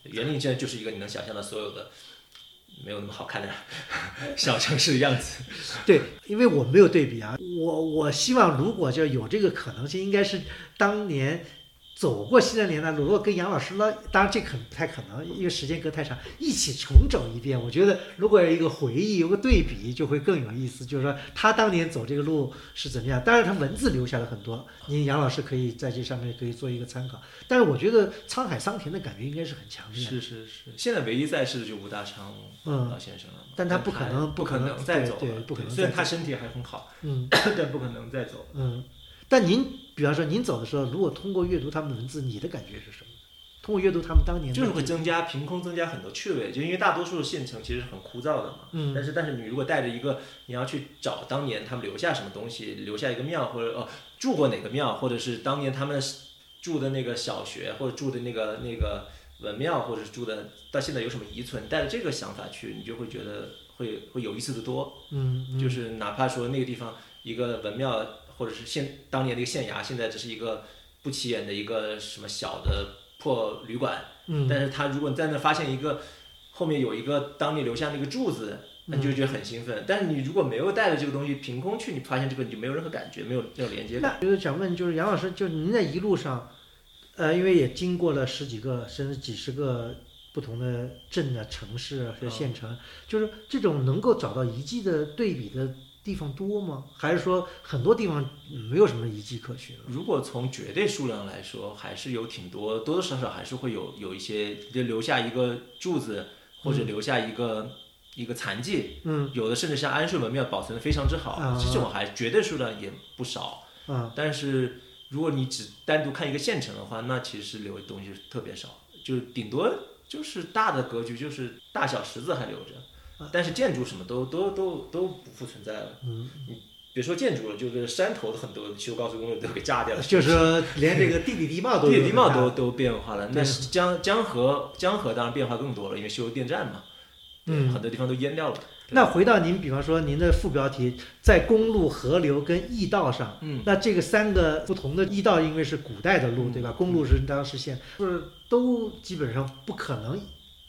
对园林现在就是一个你能想象的所有的没有那么好看的 小城市的样子。对，因为我没有对比啊，我我希望如果就有这个可能性，应该是当年走过西南联大路，如果跟杨老师呢，当然这可能不太可能，因为时间隔太长，一起重走一遍。我觉得如果有一个回忆，有个对比，就会更有意思。就是说他当年走这个路是怎么样，当然他文字留下了很多，您杨老师可以在这上面可以做一个参考。但是我觉得沧海桑田的感觉应该是很强烈的。是是，现在唯一在世的就吴大昌嗯老先生了嘛，但他不可能不不可可能能再对走对了，不可能虽然再他身体还很好， 嗯。但不可能再走了。嗯，但您比方说您走的时候，如果通过阅读他们的文字，你的感觉是什么？通过阅读他们当年的就是会增加凭空增加很多趣味，就因为大多数的县城其实是很枯燥的嘛。嗯但是但是你如果带着一个你要去找当年他们留下什么东西，留下一个庙或者哦住过哪个庙，或者是当年他们住的那个小学或者住的那个那个文庙，或者是住的到现在有什么遗存，带着这个想法去，你就会觉得会会有意思的多。嗯嗯就是哪怕说那个地方一个文庙或者是现当年的一个县衙，现在只是一个不起眼的一个什么小的破旅馆。嗯但是他如果你在那发现一个后面有一个当年留下那个柱子，那嗯你就觉得很兴奋。但是你如果没有带着这个东西凭空去，你发现这个你就没有任何感觉，没有这种连接感。那就是想问，就是杨老师，就是您在一路上，呃，因为也经过了十几个甚至几十个不同的镇啊、城市啊和县城，就是这种能够找到遗迹的对比的地方多吗？还是说很多地方没有什么遗迹可寻了？如果从绝对数量来说，还是有挺多，多多少少还是会有有一些就留下一个柱子，或者留下一个、一个残迹。嗯有的甚至像安顺文庙保存的非常之好，啊这种还绝对数量也不少。啊但是如果你只单独看一个县城的话，那其实留的东西是特别少，就是顶多就是大的格局，就是大小石子还留着，但是建筑什么都都都都不复存在了。嗯，别说建筑了，就是山头的很多修高速公路都给炸掉了，就是说连这个地理地貌都地有理地很貌大都的都变化了。那是江江河江河当然变化更多了，因为修电站嘛，对嗯很多地方都淹掉了。那回到您，比方说您的副标题在公路、河流跟驿道上，嗯那这个三个不同的驿道，因为是古代的路，嗯对吧？公路是当时现，就是都基本上不可能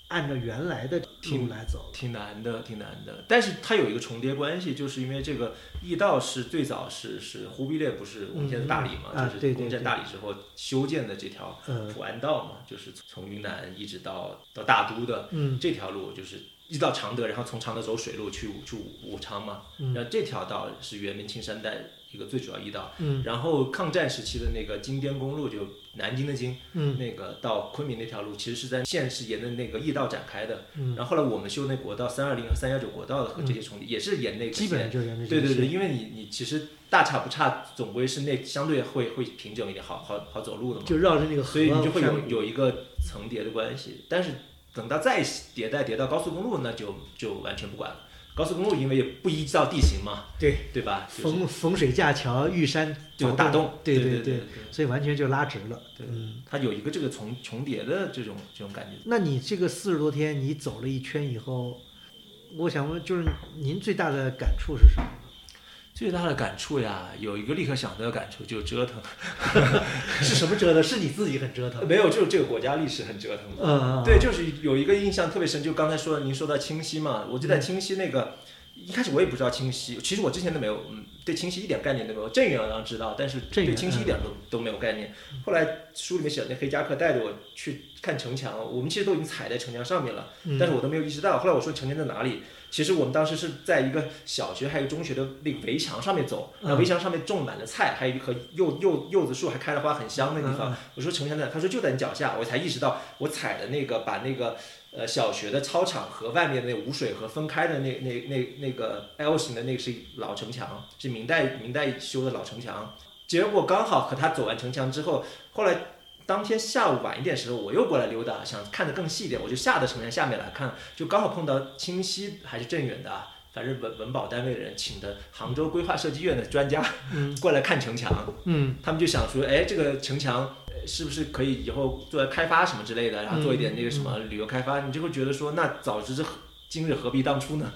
按照原来的路挺来走。挺难的，挺难的。但是它有一个重叠关系，就是因为这个驿道是最早是是忽必烈不是我们现在大理嘛，嗯啊就对对是攻占对大理之后修建的这条嗯普安道嘛，就是从云南一直到到大都的嗯这条路，就是一直到常德，然后从常德走水路去武去武武昌嘛。嗯然后这条道是元明清三代一个最主要驿道。嗯然后抗战时期的那个京滇公路，就南京的京，嗯那个到昆明那条路，其实是在县是沿着那个驿道展开的。嗯，然后后来我们修那国道三二零和三幺九国道和这些重叠，也是沿那个基本上线。就是原来对对对，对，因为你你其实大差不差，总归是那相对会会平整一点，好好好走路的嘛。就绕着那个河，所以你就会山有有一个层叠的关系。但是等到再迭代迭到高速公路，那就就完全不管了。高速公路因为也不依照地形嘛，对对吧？就是逢逢水架桥、玉山就凿大洞洞，对对对对，所以完全就拉直了。对嗯，它有一个这个重重叠的这种这种感觉。那你这个四十多天你走了一圈以后，我想问，就是您最大的感触是什么？ 最大的感触呀，有一个立刻想到的感触就是折腾，是什么折腾？是你自己很折腾。没有，就是这个国家历史很折腾。嗯，嗯对，，就是有一个印象特别深，就刚才说您说到清溪嘛，我就嗯在清溪那个、一开始我也不知道清溪，其实我之前都没有，嗯，对清溪一点概念都没有。镇远好像知道，但是镇对远清溪嗯一点都、都没有概念。后来书里面写的那黑夹克带着我去看城墙，我们其实都已经踩在城墙上面了，嗯但是我都没有意识到。后来我说城墙在哪里？其实我们当时是在一个小学还有中学的那个围墙上面走，然后围墙上面种满了菜，还有一棵柚柚柚子树还开了花，很香的地方。我说城墙在哪，他说就在你脚下，我才意识到我踩的那个把那个呃小学的操场和外面那五水河分开的那那那那个 L 型的那个是老城墙，是明代明代修的老城墙。结果刚好和他走完城墙之后，后来当天下午晚一点时候，我又过来溜达，想看得更细一点，我就下到城墙下面来看，就刚好碰到清溪还是镇远的啊。反正文文保单位的人请的杭州规划设计院的专家 嗯过来看城墙，嗯他们就想说，哎，这个城墙呃是不是可以以后做开发什么之类的，然后做一点那个什嗯么旅游开发？你就会觉得说，那早知之今日何必当初呢？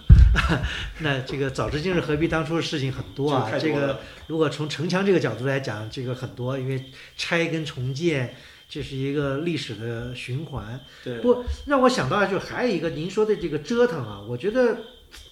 那这个早知今日何必当初的事情很多啊，这这个太多了个如果从城墙这个角度来讲，这个很多，因为拆跟重建这是一个历史的循环。对，不让我想到就是还有一个您说的这个折腾啊，我觉得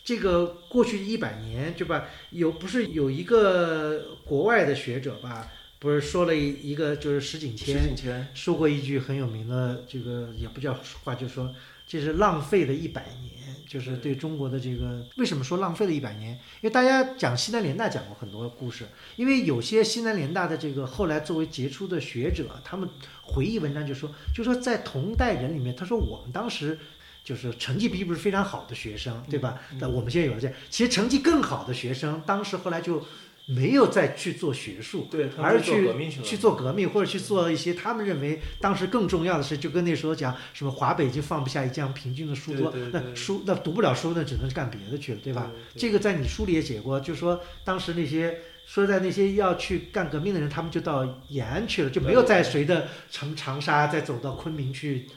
这个过去一百年对吧？有不是有一个国外的学者吧，不是说了一个就是石景石谦，景谦，说过一句很有名的这个也不叫话，就说这是浪费了一百年，就是对中国的这个为什么说浪费了一百年？因为大家讲西南联大讲过很多故事，因为有些西南联大的这个后来作为杰出的学者，他们回忆文章就说，就说在同代人里面，他说我们当时。就是成绩并不是非常好的学生，对吧？嗯但我们现在有了这样，其实成绩更好的学生，当时后来就没有再去做学术，嗯对，他而们是做去革命去了，去做革命，或者去做一些他们认为当时更重要的事，就跟那时候讲什么华北已经放不下一张平均的书桌对对，对那书那读不了书，那只能干别的去了，对吧？？这个在你书里也写过，就说当时那些说在那些要去干革命的人，他们就到延安去了，就没有对再随着长长沙再走到昆明去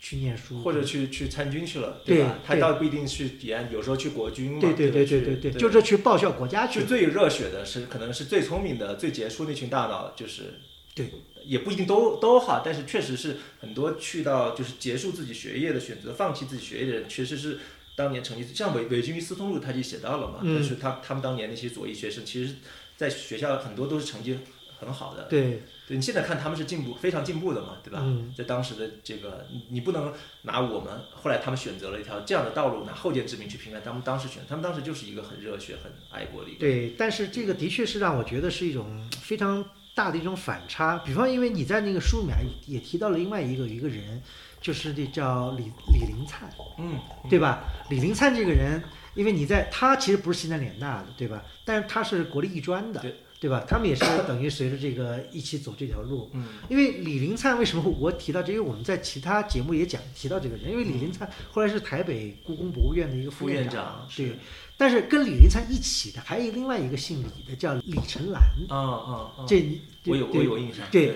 去念书，或者去去参军去了，对吧？他对倒不一定去延安，有时候去国军嘛，对对对对吧对去对对，对，就是去报效国家去就了，最热血的是，可能是最聪明的、最杰出那群大脑，就是对，也不一定都都好，但是确实是很多去到就是结束自己学业的，选择放弃自己学业的人，确实是当年成绩像伪伪军于斯通路，他就写到了嘛，嗯就是他他们当年那些左翼学生，其实在学校很多都是成绩很好的，对，对你现在看他们是进步非常进步的嘛，对吧？嗯在当时的这个，你你不能拿我们后来他们选择了一条这样的道路，拿后见之明去评判他们当时选，他们当时就是一个很热血、很爱国的一个。对，但是这个的确是让我觉得是一种非常大的一种反差。比方，因为你在那个书里面也提到了另外一个一个人，就是那叫李李林灿，嗯，对吧？李林灿这个人，因为你在他其实不是西南联大的，对吧？但是他是国立艺专的，对对吧？他们 也是等于随着这个一起走这条路。嗯，因为李林灿为什么我提到这？因为我们在其他节目也讲提到这个人，因为李林灿后来是台北故宫博物院的一个副副院院长长，对是。但是跟李林灿一起的还有另外一个姓李的，叫李成兰。啊啊啊！这你我有我对有印象。对，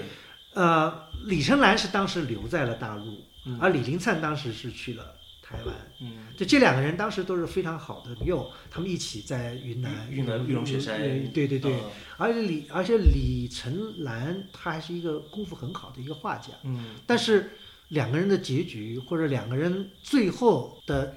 呃，李成兰是当时留在了大陆，啊嗯而李林灿当时是去了台湾。嗯，就这两个人当时都是非常好的朋友，他们一起在云南玉南玉龙雪山对，对对对，嗯而且李而且李成兰他还是一个功夫很好的一个画家，嗯，但是两个人的结局或者两个人最后的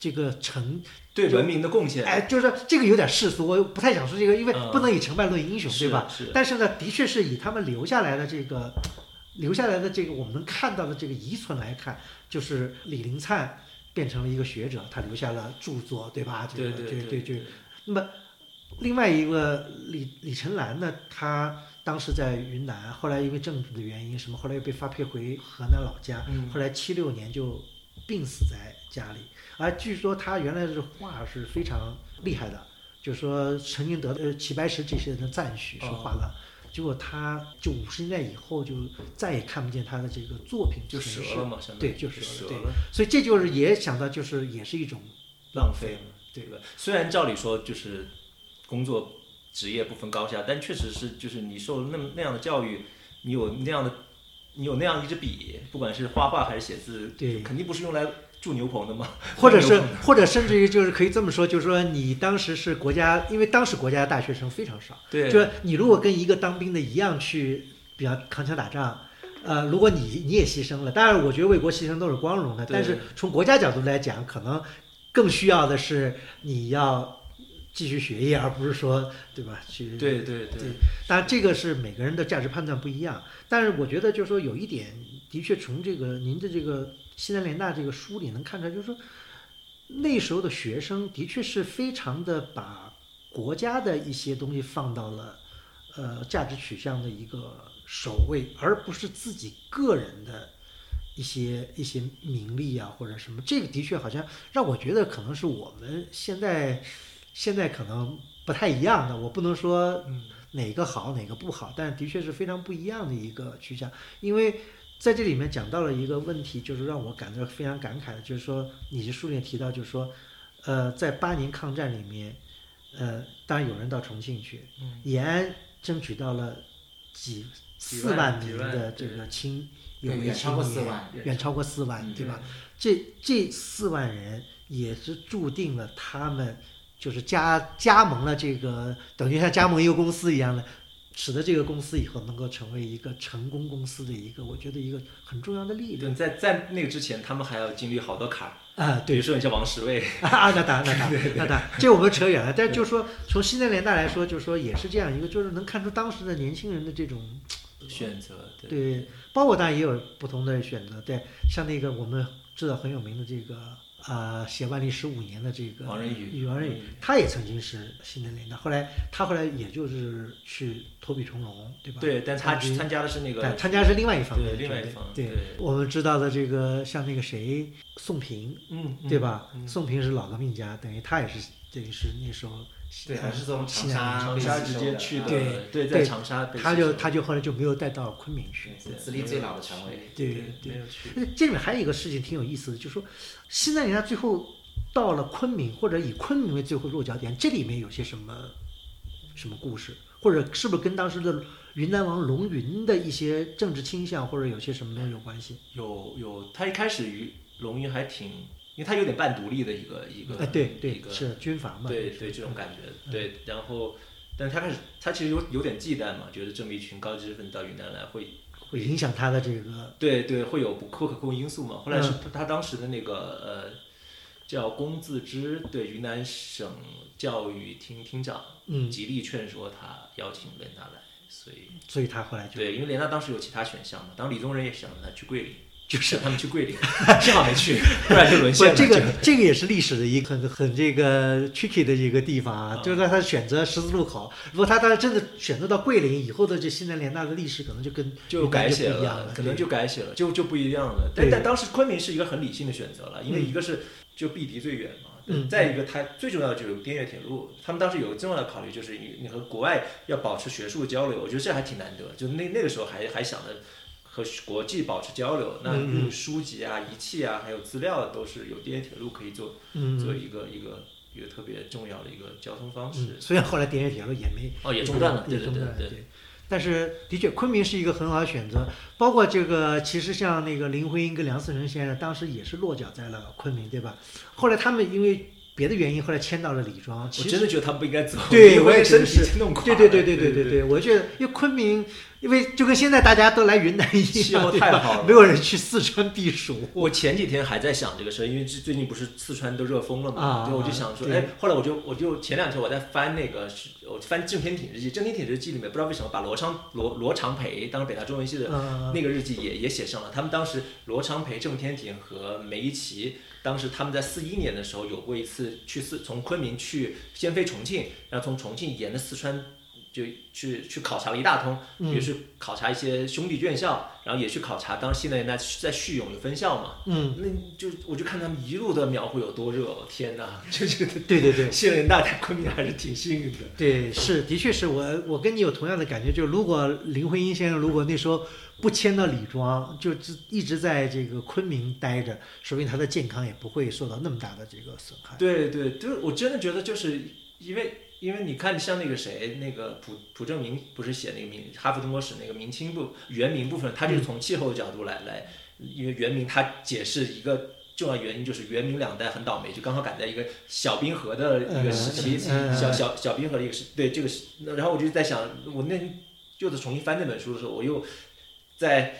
这个成，对文明的贡献，哎，就是这个有点世俗，我又不太想说这个，因为嗯不能以成败论英雄，对是吧？是，但是呢，的确是以他们留下来的这个留下来的这个我们能看到的这个遗存来看，就是李林灿变成了一个学者，他留下了著作，对吧？这个对这对个对这个另外一个李李成兰呢，他当时在云南，后来因为政治的原因，什么后来又被发配回河南老家，嗯后来七六年就病死在家里。而据说他原来是画是非常厉害的，就说曾经得呃齐白石这些人的赞许，说画哦的。结果他就五十年代以后就再也看不见他的这个作品就存折世了嘛，相当于对，就折了，折对。了，所以这就是也想到，就是也是一种浪费了。对吧？虽然照理说就是工作职业不分高下，但确实是就是你受那么那样的教育，你有那样的你有那样一支笔，不管是画画还是写字，对肯定不是用来住牛棚的嘛，或 者住是牛棚或者甚至于就是可以这么说，就是说你当时是国家，因为当时国家大学生非常少，对就是你如果跟一个当兵的一样去， 比方扛枪打仗，呃，如果你你也牺牲了，当然我觉得为国牺牲都是光荣的，对但是从国家角度来讲，可能更需要的是你要继续学业，而不是说对吧？去对对对对当然，这个是每个人的价值判断不一样。但是我觉得，就是说有一点，的确从这个您的这个《西南联大》这个书里能看出来，就是说那时候的学生的确是非常的把国家的一些东西放到了呃价值取向的一个首位，而不是自己个人的一些一些名利啊或者什么。这个的确好像让我觉得可能是我们现在现在可能不太一样的。我不能说哪个好哪个不好，但的确是非常不一样的一个趋向。因为在这里面讲到了一个问题，就是让我感到非常感慨的，就是说你这书里面提到，就是说，呃，在八年抗战里面，呃，当然有人到重庆去，延安争取到了几几四万万几名万的这对个青有对为远青超过年四万远超过四万，嗯对吧？这这四万人也是注定了他们就是加加盟了这个，等于像加盟一个公司一样的，使得这个公司以后能够成为一个成功公司的一个，我觉得一个很重要的力量对，在在那个之前，他们还要经历好多坎儿，啊。比对如，说你像王石卫， 啊，那当然，那当然，那当然，这我们扯远了。但是就是说，从西南联大来说，就是说也是这样一个，就是能看出当时的年轻人的这种选择对对，包括当然也有不同的选择。对，像那个我们知道很有名的这个啊、呃写万历十五年的这个王仁宇嗯王仁王宇仁宇，他也曾经是西南联大，后来他后来也就是去投笔从戎，对吧？对，但他参军参加的是那个但参加是另外一方面的对另外一准备方面对对我们知道的这个像那个谁宋平，嗯嗯对吧？嗯宋平是老革命家，等于他也是等于是那时候对，还是从长西南沙长被沙吸直收接的去啊的，对对，在对长沙呃被他吸收就的他就后来就没有带到昆明去对，对资历最老的常委，对对对没有去呃这里面还有一个事情挺有意思的，就是说，西南联大最后到了昆明，或者以昆明为最后落脚点，这里面有些什么什么故事，或者是不是跟当时的云南王龙云的一些政治倾向，或者有些什么东西有关系？有有，他一开始与龙云还挺，因为他有点半独立的一个一个，哎，对一对，个是军阀嘛？对就是对这种感觉，对，然后，但是他开始他其实有有点忌惮嘛，觉得这么一群高知识分子到云南来会，会影响他的这个对对会有不不可控因素嘛，嗯后来是他当时的那个呃叫龚自知，对云南省教育厅厅长，嗯，极力劝说他邀请连大来，所以所以他后来啊就对，因为连大当时有其他选项嘛，当时李宗仁也想让他去桂林，就是他们去 桂林，幸好没去，不然就沦不陷了。这就个这个也是历史的一个很很这个 tricky 的一个地方啊啊，就是他选择十字路口，如果他当然真的选择到桂林以后的这西南联大的历史，可能就跟就原来改就不写一样可对能就改写了，就就不一样了。但对但当时昆明是一个很理性的选择了，因为一个是就避敌最远嘛，嗯再一个它最重要的就是有滇越铁路，他们当时有个重要的考虑就是你你和国外要保持学术交流，我觉得这还挺难得，就那那个时候还还想着。和国际保持交流，那嗯嗯书籍啊、仪器啊，还有资料都是有滇越铁路可以做嗯做一个一个一个特别重要的一个交通方式嗯，。虽然后来滇越铁路也没哦，也中断了，也对对中对断了对，但是的确，昆明是一个很好的选择。包括这个，其实像那个林徽因跟梁思成先生，当时也是落脚在了昆明，对吧？后来他们因为别的原因，后来迁到了李庄。我啊其实真的觉得他们不应该走，对 因我也为觉身得体是已经弄垮对了。对对对对对对对，对，我觉得因为昆明，因为就跟现在大家都来云南一气样，候对太吧好了没有人去四川避暑。我前几天还在想这个事儿，因为最最近不是四川都热风了嘛，啊对，我就想说，对哎，后来我就我就前两天我在翻那个，我翻郑天挺日记，郑天挺日记里面不知道为什么把罗昌罗罗长培当时北大中文系的嗯那个日记也也写上了，他们当时罗长培、郑天挺和梅贻琦，当时他们在四一年的时候有过一次去四从昆明去先飞重庆，然后从重庆沿着四川就去去考察了一大通，嗯比如去考察一些兄弟院校，然后也去考察当时现在那在叙永的分校嘛，嗯，那就我就看他们一路的描绘有多热，我天哪， 就觉得对对对，现在大在昆明还是挺幸运的。对，是，的确是我，我跟你有同样的感觉。就如果林徽因先生如果那时候不迁到李庄，就只一直在这个昆明待着，说不定他的健康也不会受到那么大的这个损害。对对，就是我真的觉得，就是因为因为你看，像那个谁，那个朴朴正明不是写那个明哈佛中国史那个明清部原明部分，他就是从气候的角度来来，因为原明他解释一个重要原因就是元明两代很倒霉，就刚好赶在一个小冰河的一个时期，嗯嗯嗯小小小冰河的一个时对这个时，那然后我就在想，我那又在重新翻那本书的时候，我又在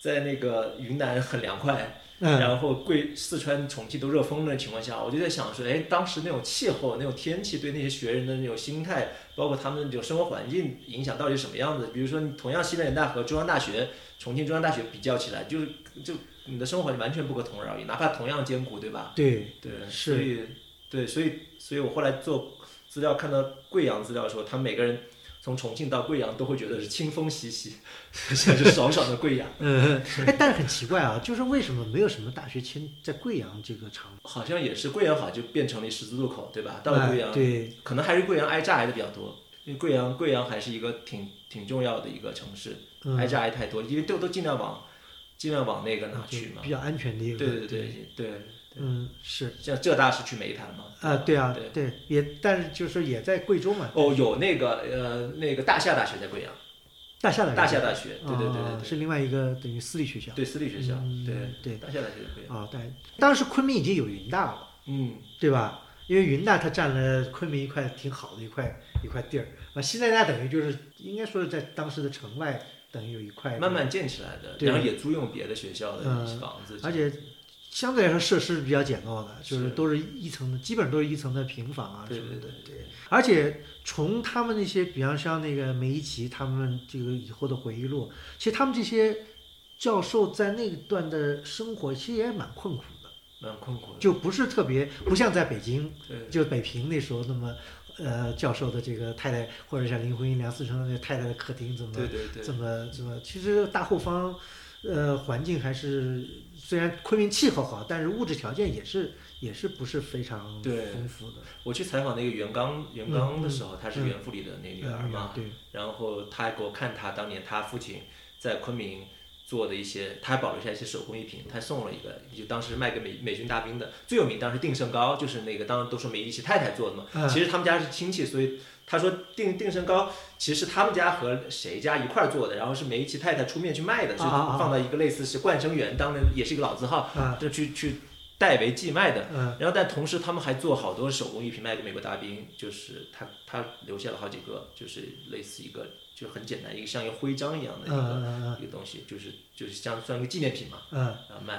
在那个云南很凉快。嗯，然后贵四川、重庆都热疯了的情况下，我就在想说，哎，当时那种气候、那种天气对那些学人的那种心态，包括他们这种生活环境影响到底是什么样子？比如说，你同样西南联大和中央大学、重庆中央大学比较起来，就是就你的生活环境完全不可同日而语，哪怕同样艰苦，对吧？呃对，对，是所以对，所以所以我后来做资料看到贵阳资料的时候，他们每个人从重庆到贵阳都会觉得是清风习习， 像是爽爽的贵阳。 嗯，哎，但是很奇怪啊，就是为什么没有什么大学迁在贵阳这个场？好像也是贵阳好就变成了十字路口，对吧？到了贵阳，哎对，可能还是贵阳挨炸挨的比较多，因为贵阳贵阳还是一个挺挺重要的一个城市，嗯挨炸挨太多，因为都都尽量往尽量往那个哪去嘛比。较安全的一对个。对对对对，嗯，是像浙大是去煤炭嘛？啊，对啊对，对，也，但是就是说也在贵州嘛，哦，有那个呃那个大夏大学在贵阳，大夏的大夏大学，对对对对啊对，是另外一个等于私立学校。对私立学校，嗯对对大夏大学在贵阳，啊，但当时昆明已经有云大了。嗯，对吧？因为云大它占了昆明一块挺好的一块一块地儿，啊，西南大等于就是应该说是在当时的城外等于有一块，慢慢建起来的，哎对然后也租用别的学校的嗯房子，而且相对来说设施比较简陋的，就是是都是一层的，基本上都是一层的平房啊什对么对的，对对。而且从他们那些，比方像那个梅贻琦他们这个以后的回忆录，其实他们这些教授在那一段的生活其实也蛮困苦的，蛮困苦的，就不是特别不像在北京。对。就北平那时候，那么呃教授的这个太太，或者像林徽因、梁思成的那个太太的客厅怎么对对对，怎么怎么，其实大后方呃环境还是虽然昆明气候好，但是物质条件也是也是不是非常对丰富的。呃我去采访那个袁刚，袁刚的时候，她是嗯袁复礼的那女儿嘛，对，然后她还给我看她当年她父亲在昆明做的一些，她还保留下一些手工艺品，她送了一个，就当时卖给美美军大兵的，最有名当时定胜糕，就是那个当然都说梅贻琦太太做的嘛，嗯其实他们家是亲戚，所以她说定定胜糕其实他们家和谁家一块儿做的，然后是梅贻琦太太出面去卖的，啊是啊啊放到一个类似是冠生园，当然也是一个老字号，啊就去去代为寄卖的。嗯然后但同时他们还做好多手工艺品卖给美国大兵，就是他他留下了好几个，就是类似一个就很简单一个像一个徽章一样嗯的一个、嗯一个东西，就是就是像算一个纪念品嘛，嗯然后卖，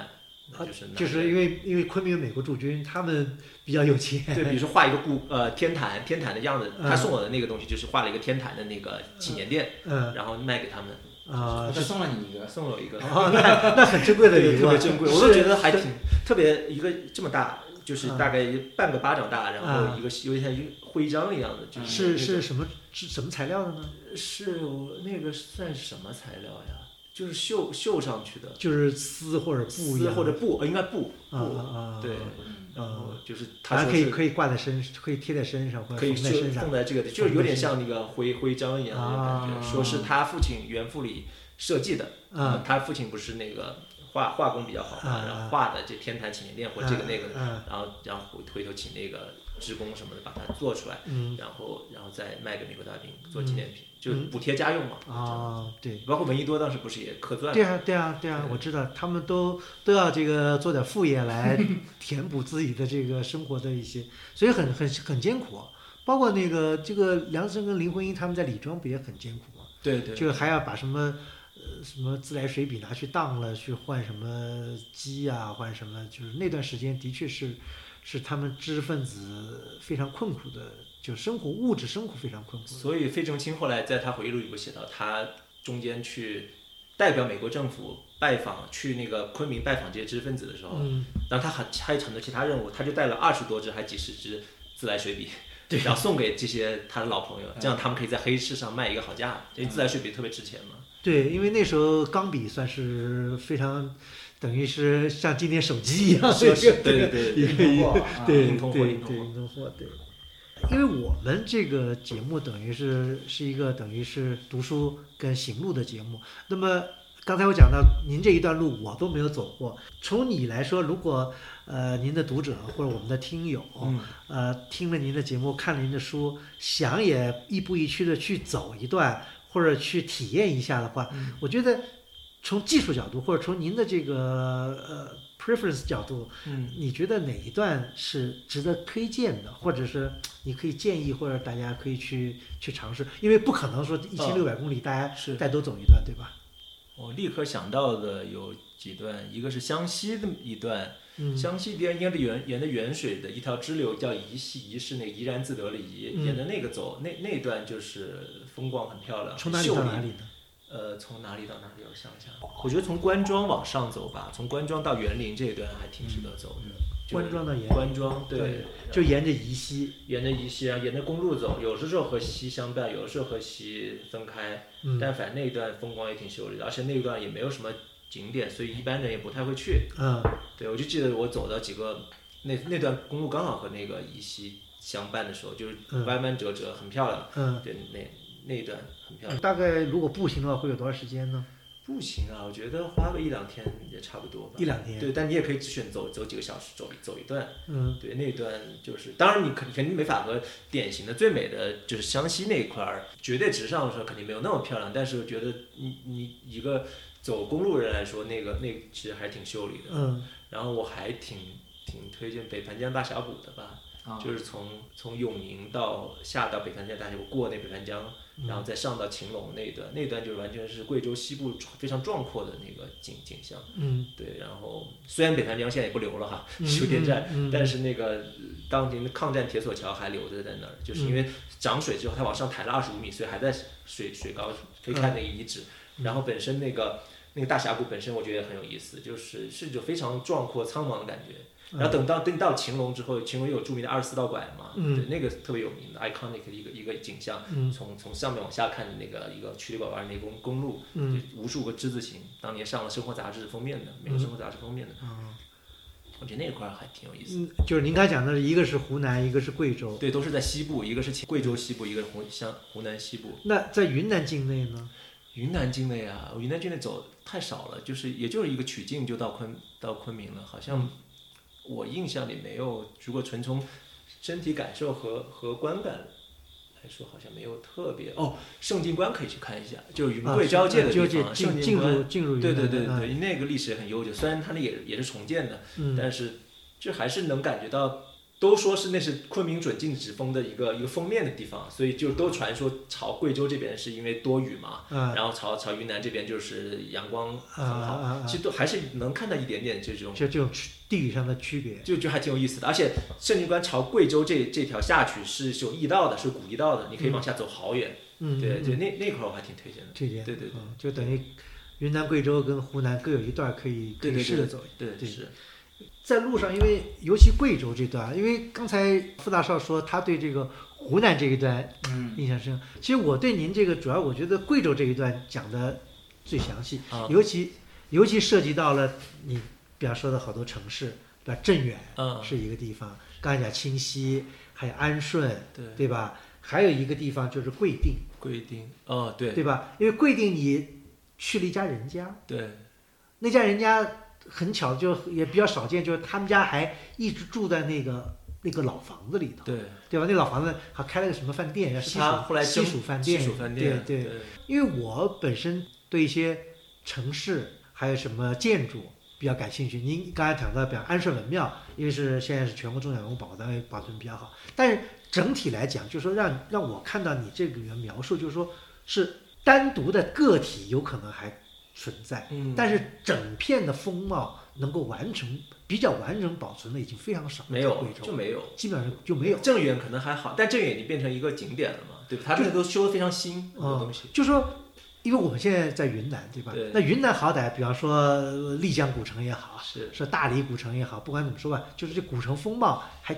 啊就是嗯，拿就是因为因为昆明有美国驻军，他们比较有钱。对，比如说画一个故呃天坛天坛的样子，嗯他送我的那个东西就是画了一个天坛的那个纪念店，嗯然后卖给他们，啊我，再送了你 一个，送了我一个，哦，那那很珍贵的对，礼物特啊，别珍贵，我都觉得还是挺特别一个这么大。就是嗯大概半个巴掌大，然后一个有点像一个徽章一样的，就是那种啊嗯是什么是什么材料的呢？是我那个算什么材料呀？就是绣绣上去的就是丝或者布一丝样或者布，呃应该布啊啊布。啊，呃对，嗯，然后就是它它可以可以以挂在身，可以贴在身上，或者可以缝在就身上放。在这个，就是有点像那个徽徽章一样的感觉。啊说是他父亲袁复礼设计的，啊，他父亲不是那个画画工比较好啊嘛，然后画的这天坛祈年殿或这个那个，嗯然后然后回回头请那个职工什么的把它做出来，嗯然后然后再卖给美国大兵做纪念品，就是补贴家用嘛。啊，对。包括闻一多当时不是也刻钻吗对啊，对啊，对啊，我知道，他们都都要这个做点副业 来填补自己的这个生活的一些，所以很很很艰苦。包括那个这个梁生跟林徽因他们在李庄不也很艰苦吗？对对，就是还要把什么呃什么自来水笔拿去当了，去换什么鸡啊，换什么，就是那段时间的确是是他们知识分子非常困苦的，就生活物质生活非常困苦的。所以费正清后来在他回忆录里有写到，他中间去代表美国政府拜访去那个昆明拜访这些知识分子的时候，嗯，然后他还还有很多其他任务，他就带了二十多支还几十支自来水笔，对，嗯然后送给这些他的老朋友，这样他们可以在黑市上卖一个好价，因为自来水笔特别值钱嘛。对，因为那时候钢笔算是非常，等于是像今天手机一样， 是是一个对对对 一个一通货个啊对硬通货对硬通对货硬通货对。因为我们这个节目等于是是一个等于是读书跟行路的节目。那么刚才我讲到您这一段路我都没有走过，从你来说，如果呃您的读者或者我们的听友，嗯呃听了您的节目，看了您的书，想也一步一趋的去走一段或者去体验一下的话，嗯我觉得从技术角度或者从您的这个呃 preference 角度，嗯，你觉得哪一段是值得推荐的，或者是你可以建议，或者大家可以去去尝试？因为不可能说嗯一千六百公里大家是大家都走一段，对吧？我立刻想到的有几段，一个是湘西的一段，嗯湘西边沿着原沿着沅水的一条支流叫宜西，宜是那个怡然自得的宜，嗯沿着那个走，那那段就是风光很漂亮，从哪里很秀到丽哪里呢？呃，从哪里到哪里？我想一想，我觉得从官庄往上走吧，从官庄到园林这一段还挺值得走的。就是官嗯庄到园林官庄对，就沿着宜西，沿着宜西啊，沿着公路走，有的时候和西相伴，有的时候和西分开。嗯但反正那一段风光也挺秀丽的，而且那一段也没有什么景点，所以一般人也不太会去。嗯对，我就记得我走到几个那那段公路刚好和那个宜西相伴的时候，就是嗯弯弯折折，很漂亮。嗯，对，那那一段很漂亮。大概如果步行的话会有多少时间呢？步行啊，我觉得花个一两天也差不多吧。一两天对，但你也可以只选走走几个小时，走走一段。嗯，对，那段就是，当然你肯肯定没法和典型的最美的就是湘西那一块儿绝对值上的时候，肯定没有那么漂亮。但是我觉得你你一个走公路人来说，那个那其实还挺秀丽的。嗯然后我还挺挺推荐北盘江大峡谷的吧，啊，就是从从永宁到下到北盘江大峡谷，过那北盘江，然后再上到秦陇那一段，那一段就是完全是贵州西部非常壮阔的那个景景象。嗯，对，然后虽然北盘江现在也不留了哈， 修电站，嗯嗯嗯但是那个呃当年的抗战铁索桥还留着在那儿，就是因为嗯涨水之后它往上抬了二十五米，所以还在水水高可以看那个遗址。嗯然后本身那个那个大峡谷本身我觉得也很有意思，就是是一种非常壮阔苍茫的感觉。嗯然后等到等到秦龙之后，秦龙有著名的二十四道拐嘛，嗯对，那个特别有名的 iconic 的一个一个景象，从从上面往下看的那个一个曲里拐弯那公公路，嗯就无数个之字形，当年上了《生活》杂志封面的，美国《生活》杂志封面的，我觉得那块儿还挺有意思嗯，的。就是您刚才讲的，一个是湖南，一个是贵州，对，都是在西部，一个是贵州西部，一个是湖湘湖南西部。那在云南境内呢？云南境内啊，云南境内走太少了，就是也就是一个曲径就到昆到昆明了，好嗯像我印象里没有，如果纯从身体感受和和观感来说，好像没有特别哦。圣境关可以去看一下，就是云贵交界的啊呃交地界方，嗯进圣进境关入进入云对南，对对对嗯对，那个历史也很悠久，虽然它那也也是重建的，但是就还是能感觉到，都说是那是昆明准禁止风的一个一个封面的地方，所以就都传说朝贵州这边是因为多雨嘛，嗯然后朝朝云南这边就是阳光很好，啊啊啊其实都还是能看到一点点这种。就这种区地域上的区别。就就还挺有意思的，而且圣境关朝贵州这这条下去是有驿道的，是古驿道的，你可以往下走好远。嗯，对对，那那块儿我还挺推荐的。这点对对对嗯就等于云南、贵州跟湖南各有一段可以可对以对试对着走。对对是在路上，因为尤其贵州这段，因为刚才傅大少说他对这个湖南这一段嗯，印象深刻，其实我对您这个主要，我觉得贵州这一段讲的最详细，啊尤其尤其涉及到了你比方说的好多城市，比方镇远嗯是一个地方，刚才讲清溪，还有安顺，对对吧？还有一个地方就是贵定，规定哦，对对吧？因为贵定你去了一家人家，对那家人家很巧，就也比较少见，就是他们家还一直住在那个那个老房子里头，对，对吧？那老房子还开了个什么饭店，叫是西蜀他后来西征蜀饭店，西蜀饭店，对对因为我本身对一些城市还有什么建筑比较感兴趣。您刚才讲到，比方安顺文庙，因为是现在是全国重点文物保护单位，保存比较好。但是整体来讲，就是说让让我看到你这个里面描述，就是说是单独的个体有可能还存在，嗯但是整片的风貌能够完成比较完整保存的已经非常少了，没在有贵就州没有，基本上就没有。镇远可能还好，但镇远已经变成一个景点了嘛，对吧？它这个都修的非常新，很多啊，东西，就说，因为我们现在在云南，对吧？对那云南好歹，比方说呃丽江古城也好，是说大理古城也好，不管怎么说吧，就是这古城风貌还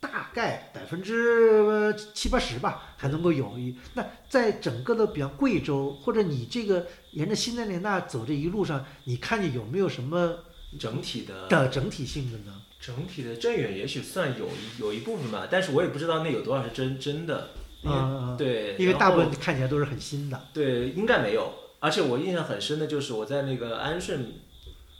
大概百分之七八十吧，还能够有一。那在整个的，比方贵州或者你这个沿着新三联大走这一路上，你看见有没有什么整体的的整体性的呢？整体的镇远也许算有一有一部分吧，但是我也不知道那有多少是真真的，因为、啊、对，因为呃然大部后分看起来都是很新的。对应该没有，而且我印象很深的就是我在那个安顺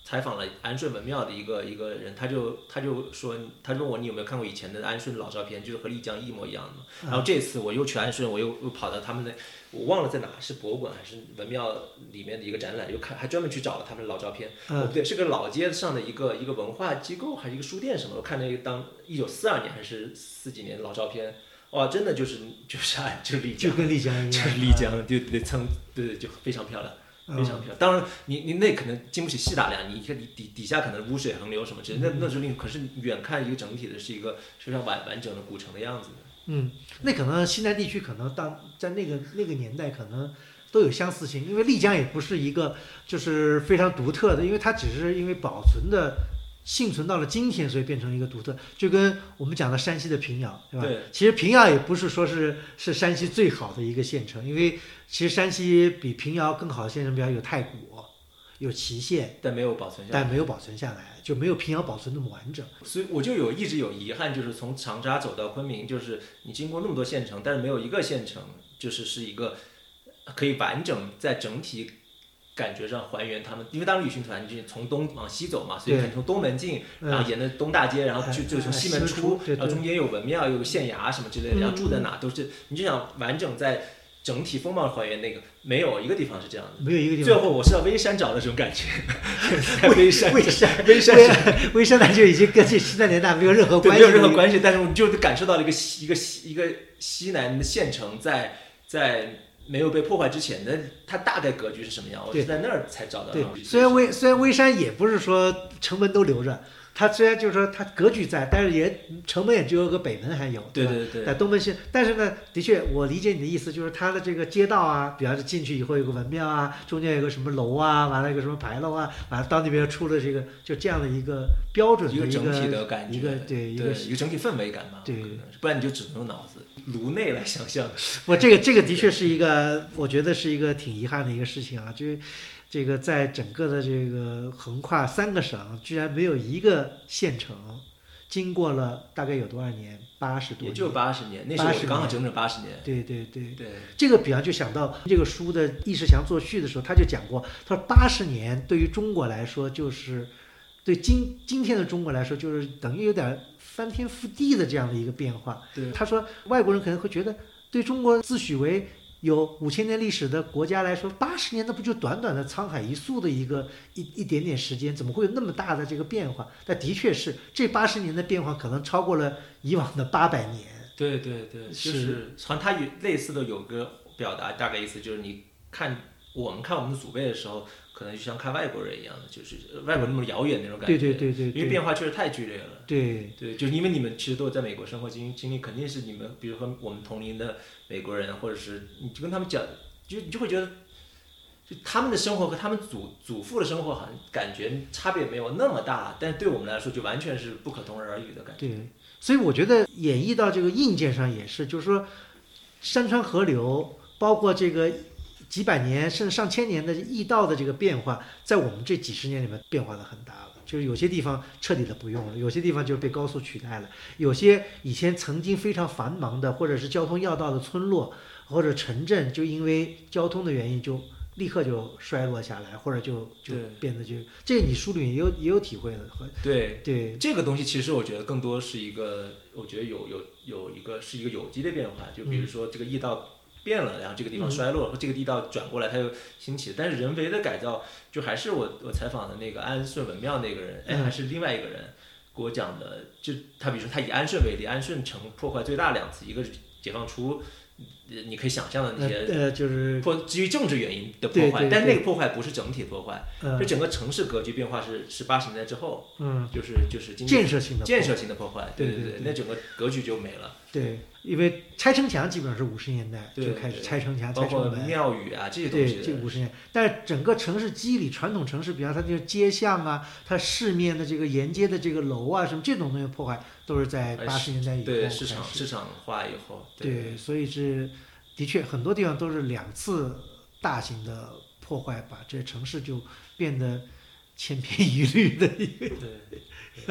采访了安顺文庙的一个一个人，他就他就说他就问我你有没有看过以前的安顺的老照片，就是和丽江一模一样的嘛。然后这次我又去安顺，我又又跑到他们那，我忘了在哪是博物馆还是文庙里面的一个展览，又看还专门去找了他们的老照片。哦，嗯不对，是个老街上的一个一个文化机构还是一个书店什么？我看那个当一九四二年还是四几年的老照片，哇，真的就是就是 按就是丽江就，跟丽江 一样，就是丽江，对对对，层对对就非常漂亮，非常漂亮。当然，你你那可能经不起细打量，你看底底底下可能污水横流什么之类的，那那是另。可是远看一个整体的是一个非常完完整的古城的样子的。嗯，那可能西南地区可能当在那个那个年代可能都有相似性，因为丽江也不是一个就是非常独特的，因为它只是因为保存的幸存到了今天，所以变成一个独特。就跟我们讲的山西的平遥，对吧？对其实平遥也不是说是是山西最好的一个县城，因为其实山西比平遥更好的县城，比方有太谷，有祁县，但没有保存下来，但没有保存下来，就没有平遥保存那么完整。所以我就有一直有遗憾，就是从长沙走到昆明，就是你经过那么多县城，但是没有一个县城就是是一个可以完整在整体感觉上还原他们，因为当时旅行团就是从东往西走嘛，所以对你从东门进，嗯然后沿着东大街，然后就哎就从哎西西门门出出，对然后对嗯中间有文庙，有县衙什么之类的，然后住在哪都是，你就想完整在整体风貌还原那个，没有一个地方是这样的。没有一个地最方，后我是到微山找的这种感觉， 在微山微山微山微微山呢就已经跟这西南联大没有任何对，关没系了，有任何关系，但是我就感受到了一个西一个西一个西南的县城在在没有被破坏之前的它大概格局是什么样，我对是在那儿才找到的。对，虽然微虽然微山也不是说城门都留着，它虽然就是说它格局在，但是也城门也只有个北门还有，对吧？对对在对东门西，但是呢，的确，我理解你的意思，就是它的这个街道啊，比方说进去以后有个文庙啊，中间有个什么楼啊，完了有个什么牌楼啊，完了到那边出了这个就这样的一个标准的一一个个整体的感觉，一个对对一个一个整体氛围感吧，对可能是不然你就只能用脑子颅内来想象。我这个这个的确是一个，我觉得是一个挺遗憾的一个事情啊，就是这个在整个的这个横跨三个省，居然没有一个县城经过了大概有多少年，八十多也就年，八十年，那时候80我年刚好整整八十年。对对对。对，这个比方就想到这个书的易世强作序的时候，他就讲过，他说八十年对于中国来说就是，对今今天的中国来说就是等于有点翻天覆地的这样的一个变化。对他说外国人可能会觉得对中国自诩为有五千年历史的国家来说，八十年那不就短短的沧海一粟的一个一一点点时间，怎么会有那么大的这个变化？但的确是这八十年的变化可能超过了以往的八百年。对对对，就是是好像他有类似的有个表达，大概意思就是你看我们看我们的祖辈的时候，可能就像看外国人一样的，就是呃外国那么遥远那种感觉。对对对对因为对变化确实太剧烈了。对，对，就是因为你们其实都有在美国生活经经历，肯定是你们，比如说我们同龄的美国人，或者是你就跟他们讲，就你就会觉得，就他们的生活和他们祖祖父的生活好像感觉差别没有那么大，但对我们来说就完全是不可同日而语的感觉。对，所以我觉得演绎到这个硬件上也是，就是说，山川河流，包括这个几百年甚至上千年的驿道的这个变化，在我们这几十年里面变化的很大了。就是有些地方彻底的不用了，有些地方就是被高速取代了，有些以前曾经非常繁忙的或者是交通要道的村落或者城镇，就因为交通的原因就立刻就衰落下来，或者就就对变得就这个你书里面也有也有体会的，和对，对这个东西其实我觉得更多是一个，我觉得有有有一个是一个有机的变化，就嗯比如说这个驿道变了，然后这个地方衰落，或这个地道转过来它又兴起，但是人为的改造，就还是我我采访的那个安顺文庙那个人，哎，嗯还是另外一个人给我讲的，就他比如说他以安顺为例，安顺城破坏最大两次，一个是解放初呃你可以想象的那呃些呃，就是破基于政治原因的对破坏对，但对那个破坏不是整体破坏，呃就整个城市格局变化是是八十年代之后，嗯，就是就是经济建设性的建设性的破坏，对对对对那整个格局就没了，对，因为拆城墙基本上是五十年代对就开始对拆城墙、包拆括城门，庙宇啊这些东对，西这的，五十年，但是整个城市肌理，传统城市，比方它这个街巷啊，它市面的这个沿街的这个楼啊，什么这种东西破坏，都是在哎八十年代以后对开市始。场市场化以后，对，所以是的确很多地方都是两次大型的破坏，把这城市就变得千篇一律的一个对 对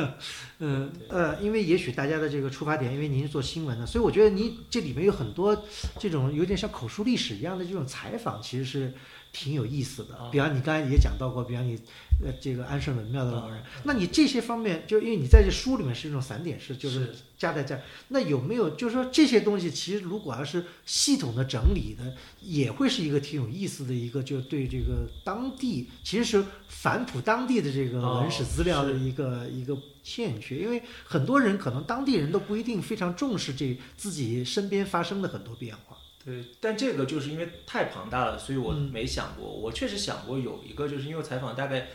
嗯呃，因为也许大家的这个出发点，因为您是做新闻的，所以我觉得您这里面有很多这种有点像口述历史一样的这种采访，其实是挺有意思的啊。比方你刚才也讲到过，比方你呃这个安顺文庙的老啊人，那你这些方面，就因为你在这书里面是一种散点式，就是是加在这儿，那有没有就是说这些东西，其实如果要是系统的整理的，也会是一个挺有意思的一个，就对这个当地其实是反哺当地的这个文史哦资料的是一个、一个欠缺，因为很多人可能当地人都不一定非常重视这自己身边发生的很多变化。对，但这个就是因为太庞大了，所以我嗯没想过。我确实想过有一个，就是因为我采访大概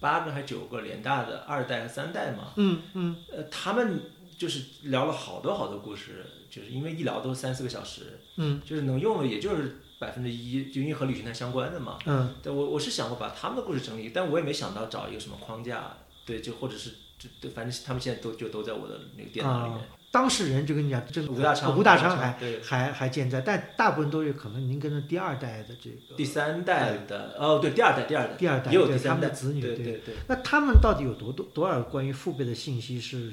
八个还九个联大的二代和三代嘛，嗯嗯呃，他们就是聊了好多好多故事，就是因为一聊都三四个小时，嗯就是能用的也就是百分之一，就因为和旅行团相关的嘛。嗯对，我我是想过把他们的故事整理，但我也没想到找一个什么框架，对，就或者是就就反正他们现在都就都在我的那个电脑里啊面。，当事人就跟你讲，这吴大昌，吴大昌还对。还还健在，但大部分都是可能您跟着第二代的这个第三代的哦，对，第二代，第二代，第二代也有对第三他们的代子女对对对对，那他们到底有多多多少关于父辈的信息是完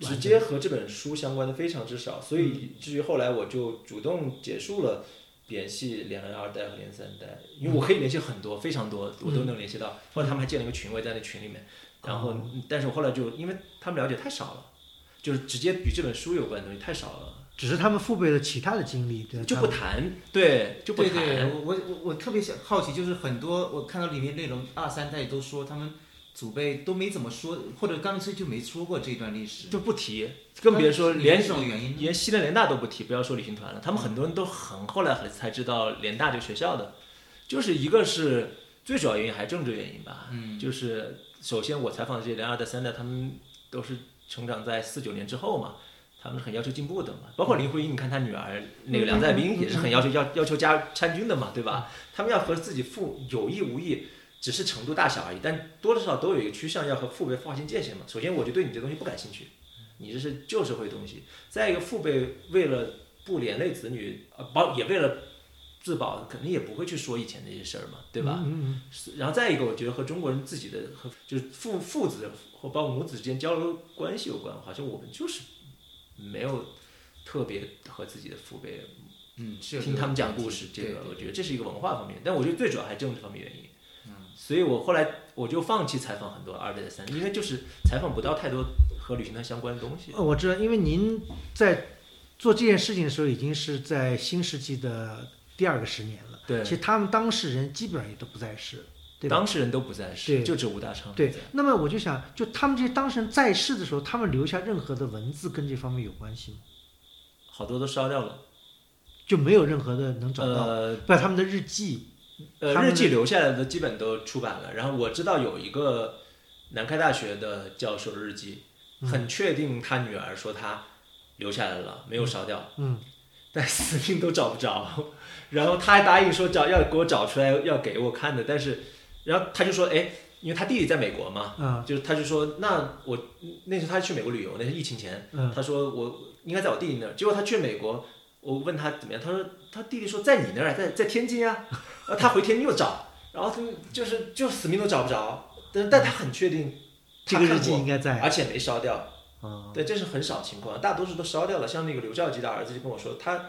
直整接和这本书相关的非常之少，所嗯以至于后来我就主动结束了联系连二代和连三代，因为我可以联系很多，非常多，我嗯都能联系到。后来他们还建了一个群，我也在那群里面，然后哦但是我后来就因为他们了解太少了，就是直接与这本书有关的东西太少了，只是他们父辈的其他的经历，对吧就他不们谈，对，就不对对，谈，我我我我特别想好奇，就是很多我看到里面内容，二三代都说他们祖辈都没怎么说，或者干脆就没说过这段历史，嗯就不提，更别说连这种原因。连西南联大都不提，不要说旅行团了，他们很多人都很后来才才知道联大这个学校的，就是一个是最主要原因还是政治原因吧，嗯，就是首先我采访的这些联二代、三代，他们都是成长在四九年之后嘛，他们是很要求进步的嘛，包括林徽因，你看她女儿那个梁再冰也是很要求要要求加参军的嘛，对吧？他们要和自己父有意无意。只是程度大小而已，但多多少少都有一个趋向，要和父辈划清界限嘛。首先，我就对你这东西不感兴趣，你这是旧社会东西，再一个，父辈为了不连累子女，呃，保也为了自保，肯定也不会去说以前那些事儿嘛，对吧？嗯嗯嗯是然后再一个，我觉得和中国人自己的和就是父父子或包括母子之间交流关系有关，好像我们就是没有特别和自己的父辈嗯，是有这听个他们讲问题故事，这对个对嗯我觉得这是一个文化方面，但我觉得最主要还是政治方面原因。所以我后来我就放弃采访很多二代的三代，因为就是采访不到太多和旅行团相关的东西。呃我知道，因为您在做这件事情的时候，已经是在新世纪的第二个十年了。对其实他们当事人基本上也都不在世，对吧？当事人都不在对世，就只有吴大昌对在，那么我就想，就他们这些当事人在世的时候，他们留下任何的文字跟这方面有关系吗？好多都烧掉了。就没有任何的能找到，呃不，他们的日记，他呃，们日记留下来的基本都出版了。然后我知道有一个南开大学的教授的日记，嗯很确定他女儿说他留下来了，没有烧掉，嗯，但死命都找不着。然后他还答应说找要给我找出来，要给我看的。但是，然后他就说，哎，因为他弟弟在美国嘛，啊，就是他就说，那我那时候他去美国旅游，那是疫情前，嗯他说我应该在我弟弟那儿，结果他去美国，我问他怎么样，他说他弟弟说在你那儿，在在天津啊，然后他回天津又找，然后他们就是就死命都找不着，但但他很确定这他个看过，日记应该在而且没烧掉，啊，对，这是很少情况，大多数都烧掉了。像那个刘兆基的儿子就跟我说，他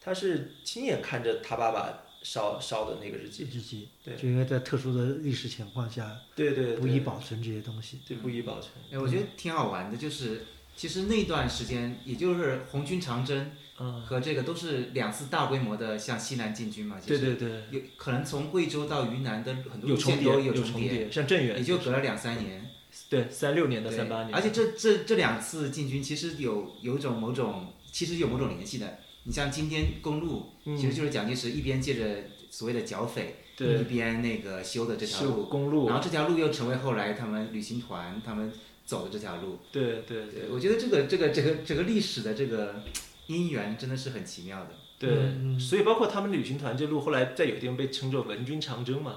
他是亲眼看着他爸爸烧烧的那个日记，日记对就应该在特殊的历史情况下对对，对不易，保存这些东西。对不易保存，哎，我觉得挺好玩的，就是其实那段时间，也就是红军长征嗯，和这个都是两次大规模的向西南进军嘛，其对实对对。有可能从贵州到云南的很多有路重线叠，都有重叠，叠，像镇远也就隔了两三年，对三六年到对啊三八年，而且这这这两次进军其实有有一种某种其实有某种联系的，你像今天公路，嗯其实就是蒋介石一边借着所谓的剿匪，一对，边那个修的这条是路，啊公路然，后这条路又成为后来他们旅行团他们走的这条路。对对对对，我觉得这个这个这个这个历史的这个因缘真的是很奇妙的。对，所以包括他们旅行团这路，后来在有地方被称作“文军长征”嘛，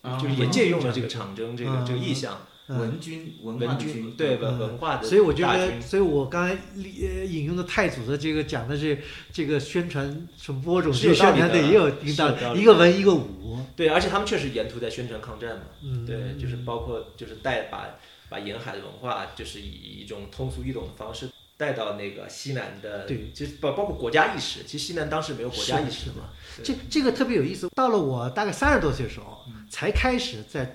啊就是也借用了这个长征这个这个意象，文军文化嗯文的军军，对嗯文文化的，呃所以我觉得，，所以我刚才立呃引用的太祖的这个讲的是这个宣传什么播种，是这有个宣道理传的也有一个是道有道理理，一个文一个武，对，而且他们确实沿途在宣传抗战嘛，嗯，对，就是包括就是带把把沿海的文化，就是以一种通俗易懂的方式带到那个西南的，对，其实包包括国家意识，其实西南当时没有国家意识的嘛，这这个特别有意思。到了我大概三十多岁的时候，嗯才开始在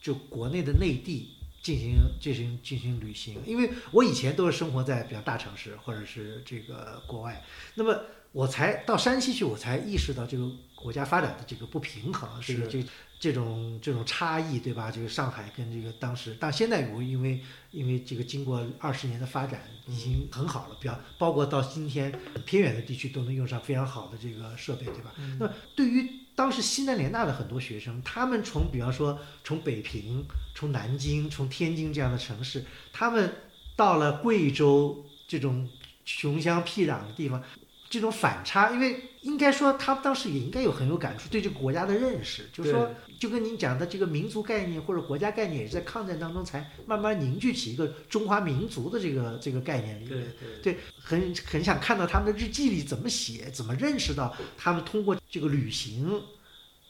就国内的内地进行进行进行旅行，因为我以前都是生活在比较大城市或者是这个国外，那么我才到山西去，我才意识到这个国家发展的这个不平衡，这个这这种这种差异，对吧？这个上海跟这个当时，但现在我因为因为这个经过二十年的发展，已经很好了，比较包括到今天偏远的地区都能用上非常好的这个设备，对吧？那对于当时西南联大的很多学生，他们从比方说从北平、从南京、从天津这样的城市，他们到了贵州这种穷乡僻壤的地方，这种反差，因为应该说他们当时也应该有很有感触，对这个国家的认识，就是说，就跟您讲的这个民族概念或者国家概念，也是在抗战当中才慢慢凝聚起一个中华民族的这个这个概念里面。对对，很很想看到他们的日记里怎么写，怎么认识到他们通过这个旅行，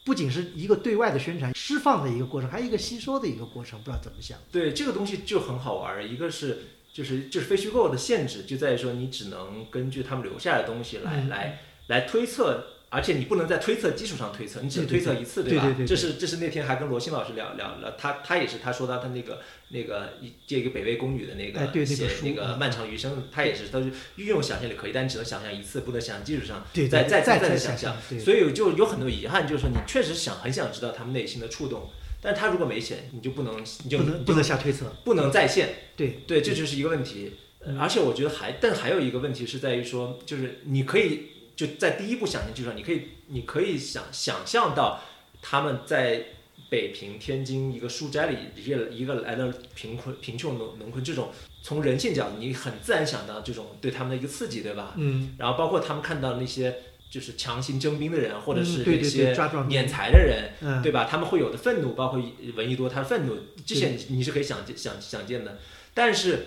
不仅是一个对外的宣传释放的一个过程，还有一个吸收的一个过程，不知道怎么想。对，这个东西就很好玩儿。一个是就是就是非虚构的限制就在于说，你只能根据他们留下来的东西来、嗯来来推测，而且你不能在推测基础上推测，你只能对推对测一次，对吧？对对对这是这是那天还跟罗欣老师聊聊了，他他也是他说到他那个那个一这个北魏宫女的那个、哎对那个写书那个嗯漫长余生，他也是他是运用想象力可以，但只能想象一次，不能想象基础上对对再对再再再想想象对所以就有很多遗憾，就是说你确实想很想知道他们内心的触动。但他如果没写，你就不能，你就不你能就不能瞎推测。不能在线，对对，这就是一个问题。嗯呃而且我觉得还，但还有一个问题是在于说，就是你可以就在第一步想象基础上，你可以你可以想想象到他们在北平、天津一个书斋里，一个一个来到贫困、贫穷农农村这种，从人性角度，你很自然想到这种对他们的一个刺激，对吧？嗯，然后包括他们看到那些就是强行征兵的人，或者是嗯对那对些对抓壮敛财的人，嗯对吧？他们会有的愤怒，包括闻一多他的愤怒，这些你你是可以想见想想见的。但是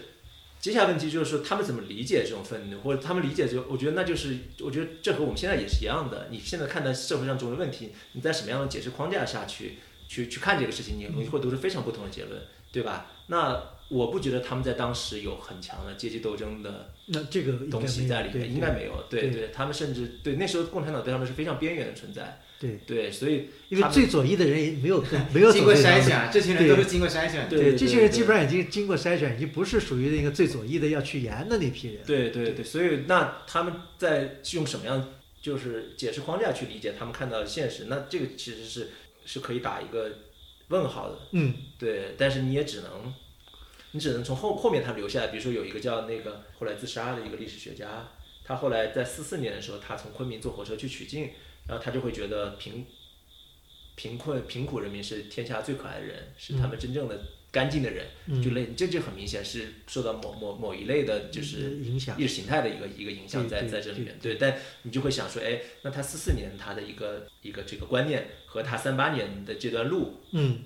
接下来问题就是说，他们怎么理解这种愤怒，或者他们理解这？我觉得那就是，我觉得这和我们现在也是一样的。你现在看待社会上种种问题，你在什么样的解释框架下去去去看这个事情，你嗯你会得出非常不同的结论，对吧？那我不觉得他们在当时有很强的阶级斗争的那这个应该东西没有在里对面，应该没有。对对对，他们甚至对那时候共产党对他们是非常边缘的存在。对，对，所以因为他们最左翼的人也没有跟没有经走过这条筛路选，这群人都是经过筛选的。对对这些人对基本上已经经过筛选，已经不是属于那个最左翼的要去研的那批人。对对对，所以那他们在用什么样就是解释框架去理解他们看到的现实？那这个其实是是可以打一个问号的。嗯，对，但是你也只能。你只能从后后面他留下来，比如说有一个叫那个后来自杀的一个历史学家，他后来在四四年的时候，他从昆明坐火车去取经，然后他就会觉得贫贫困贫苦人民是天下最可爱的人，是他们真正的干净的人，就类这就很明显是受到某某某一类的就是影响意识形态的一个一个影响对在对在这里对面，对，但你就会想说，哎，那他四四年他的一个一个这个观念和他三八年的这段路，嗯，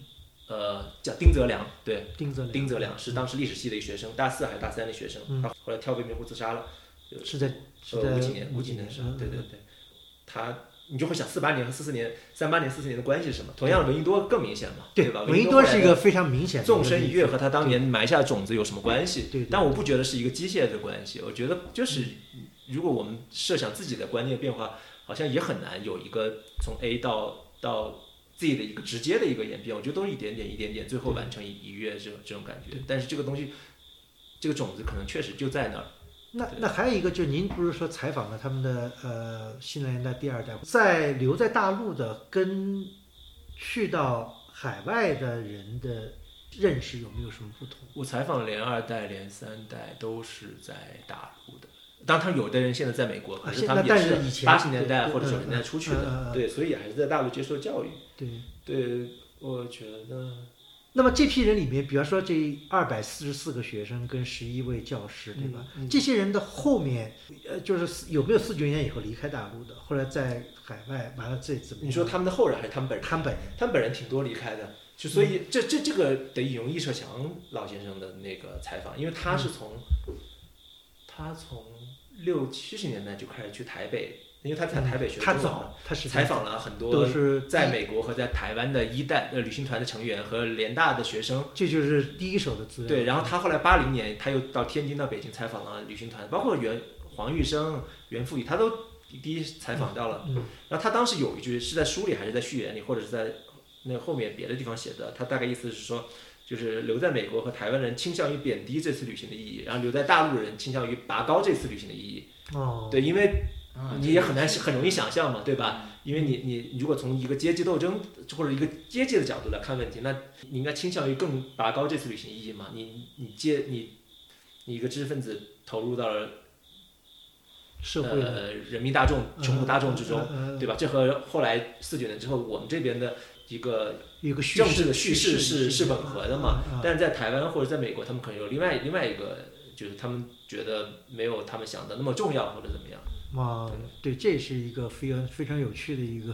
呃，叫丁泽良，对，丁泽良嗯丁泽良是当时历史系的一个学生，大四还是大三的学生，他后来跳回门户自杀了，就是在是呃在五几年，五五几几年的时候，嗯对对对，他你就会想四八年和四四年、三八年、四四年的关系是什么？同样，闻一多更明显嘛，对吧？闻一一多后来是一的个非常明显的纵一个身例一子跃和他当年埋下的种子有什么关系？对对但我不觉得是一个机械的关系，我觉得就是如果我们设想自己的观念变化，好像也很难有一个从 A 到到 Z 的一个直接的一个演变，我觉得都是一点点一点点，最后完成一一跃这种这种感觉。但是这个东西，这个种子可能确实就在那儿。那那还有一个，就是您不是说采访了他们的呃新来的第二代，在留在大陆的跟去到海外的人的认识有没有什么不同？我采访连二代、连三代都是在大陆的，当然，他们有的人现在在美国，可啊是现他们那也但是以是前八十年对代对或者嗯九十年代嗯出去嗯嗯的嗯，对，所以还是在大陆接受教育。对。对，我觉嗯得那么这批人里面，比方说这二百四十四个学生跟十一位教师，对吧？嗯这些人的后面，呃，就是四有没有四九年以后离开大陆的，后来在海外完了这怎么样？你说他们的后人还是他们本人，他们本人，他们本人挺多离开的，就所以这这这个得引用易社强老先生的那个采访，因为他是从、他从六七十年代就开始去台北，因为他在台北学嗯他中文嘛早，他是采访了很都多是在美国和在台湾的一代呃旅行团的成员和联大的学生。这就是第一手的资料。对，然后他后来八零年，他又到天津、到北京采访了旅行团，包括袁黄玉生、袁富宇，他都第一采访到了。嗯然后他当时有一句是在书里，还是在序言里，或者是在那后面别的地方写的，他大概意思是说，就是留在美国和台湾人倾向于贬低这次旅行的意义，然后留在大陆人倾向于拔高这次旅行的意义。哦，对，因为啊你也很难很容易想象嘛，对吧？？因为你你你如果从一个阶级斗争或者一个阶级的角度来看问题，那你应该倾向于更拔高这次旅行意义嘛？你你接你你一个知识分子投入到了社会的呃人民大众穷苦大众之中，嗯嗯嗯对吧？这和后来四九年之后我们这边的一个有个叙政治的叙叙事是是是吻合的嘛？嗯嗯但是在台湾或者在美国，他们可能有另外另外一个，就是他们觉得没有他们想的那么重要或者怎么样。啊，对，这是一个非常非常有趣的一个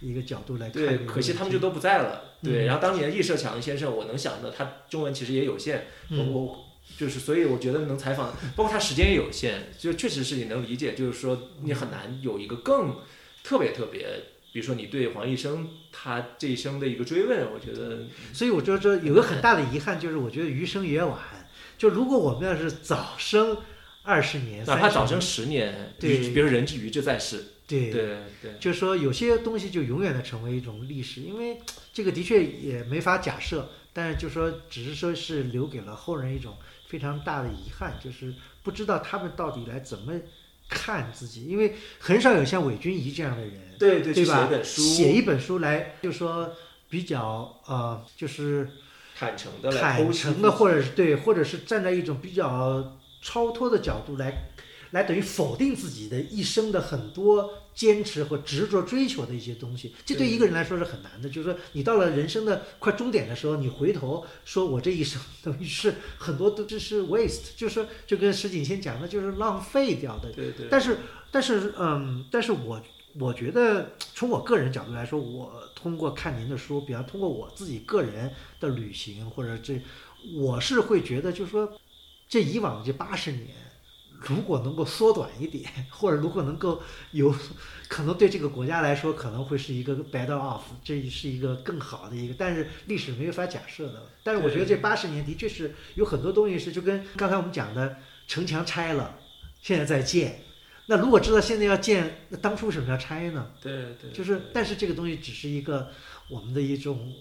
一个角度来看这个问对，题。可惜他们就都不在了。对，嗯然后当年易社强先生，我能想到他中文其实也有限，嗯我我就是所以我觉得能采访，包括他时间也有限，就确实是你能理解，就是说你很难有一个更特别特别，比如说你对黄医生他这一生的一个追问，我觉得所以我就说有个很大的遗憾，就是我觉得余生也晚。就如果我们要是早生二十年，哪怕早30生十年，对比如人之愚这在世，年，对对，对，就是说有些东西就永远的成为一种历史，因为这个的确也没法假设，但是就说只是说是留给了后人一种非常大的遗憾，就是不知道他们到底来怎么看自己，因为很少有像韦君怡这样的人，对对去写吧一本书，写一本书来就说比较呃，就是坦诚的来坦剖析诚的，或者是对，或者是站在一种比较超脱的角度来，来等于否定自己的一生的很多坚持和执着追求的一些东西，这对对一个人来说是很难的。就是说，你到了人生的快终点的时候，你回头说我这一生等于是很多都这是 waste，就是说就跟石景谦讲的，就是浪费掉的对对，但是，但是，嗯，但是我我觉得从我个人角度来说，我通过看您的书，比方通过我自己个人的旅行或者这，我是会觉得就是说，这以往的这八十年。如果能够缩短一点，或者如果能够有，可能对这个国家来说可能会是一个 better off，这是一个更好的一个，但是历史没有法假设的。但是我觉得这八十年的确是有很多东西是就跟刚才我们讲的城墙拆了，现在在建。那如果知道现在要建，那当初为什么要拆呢？对对，就是，但是这个东西只是一个我们的一种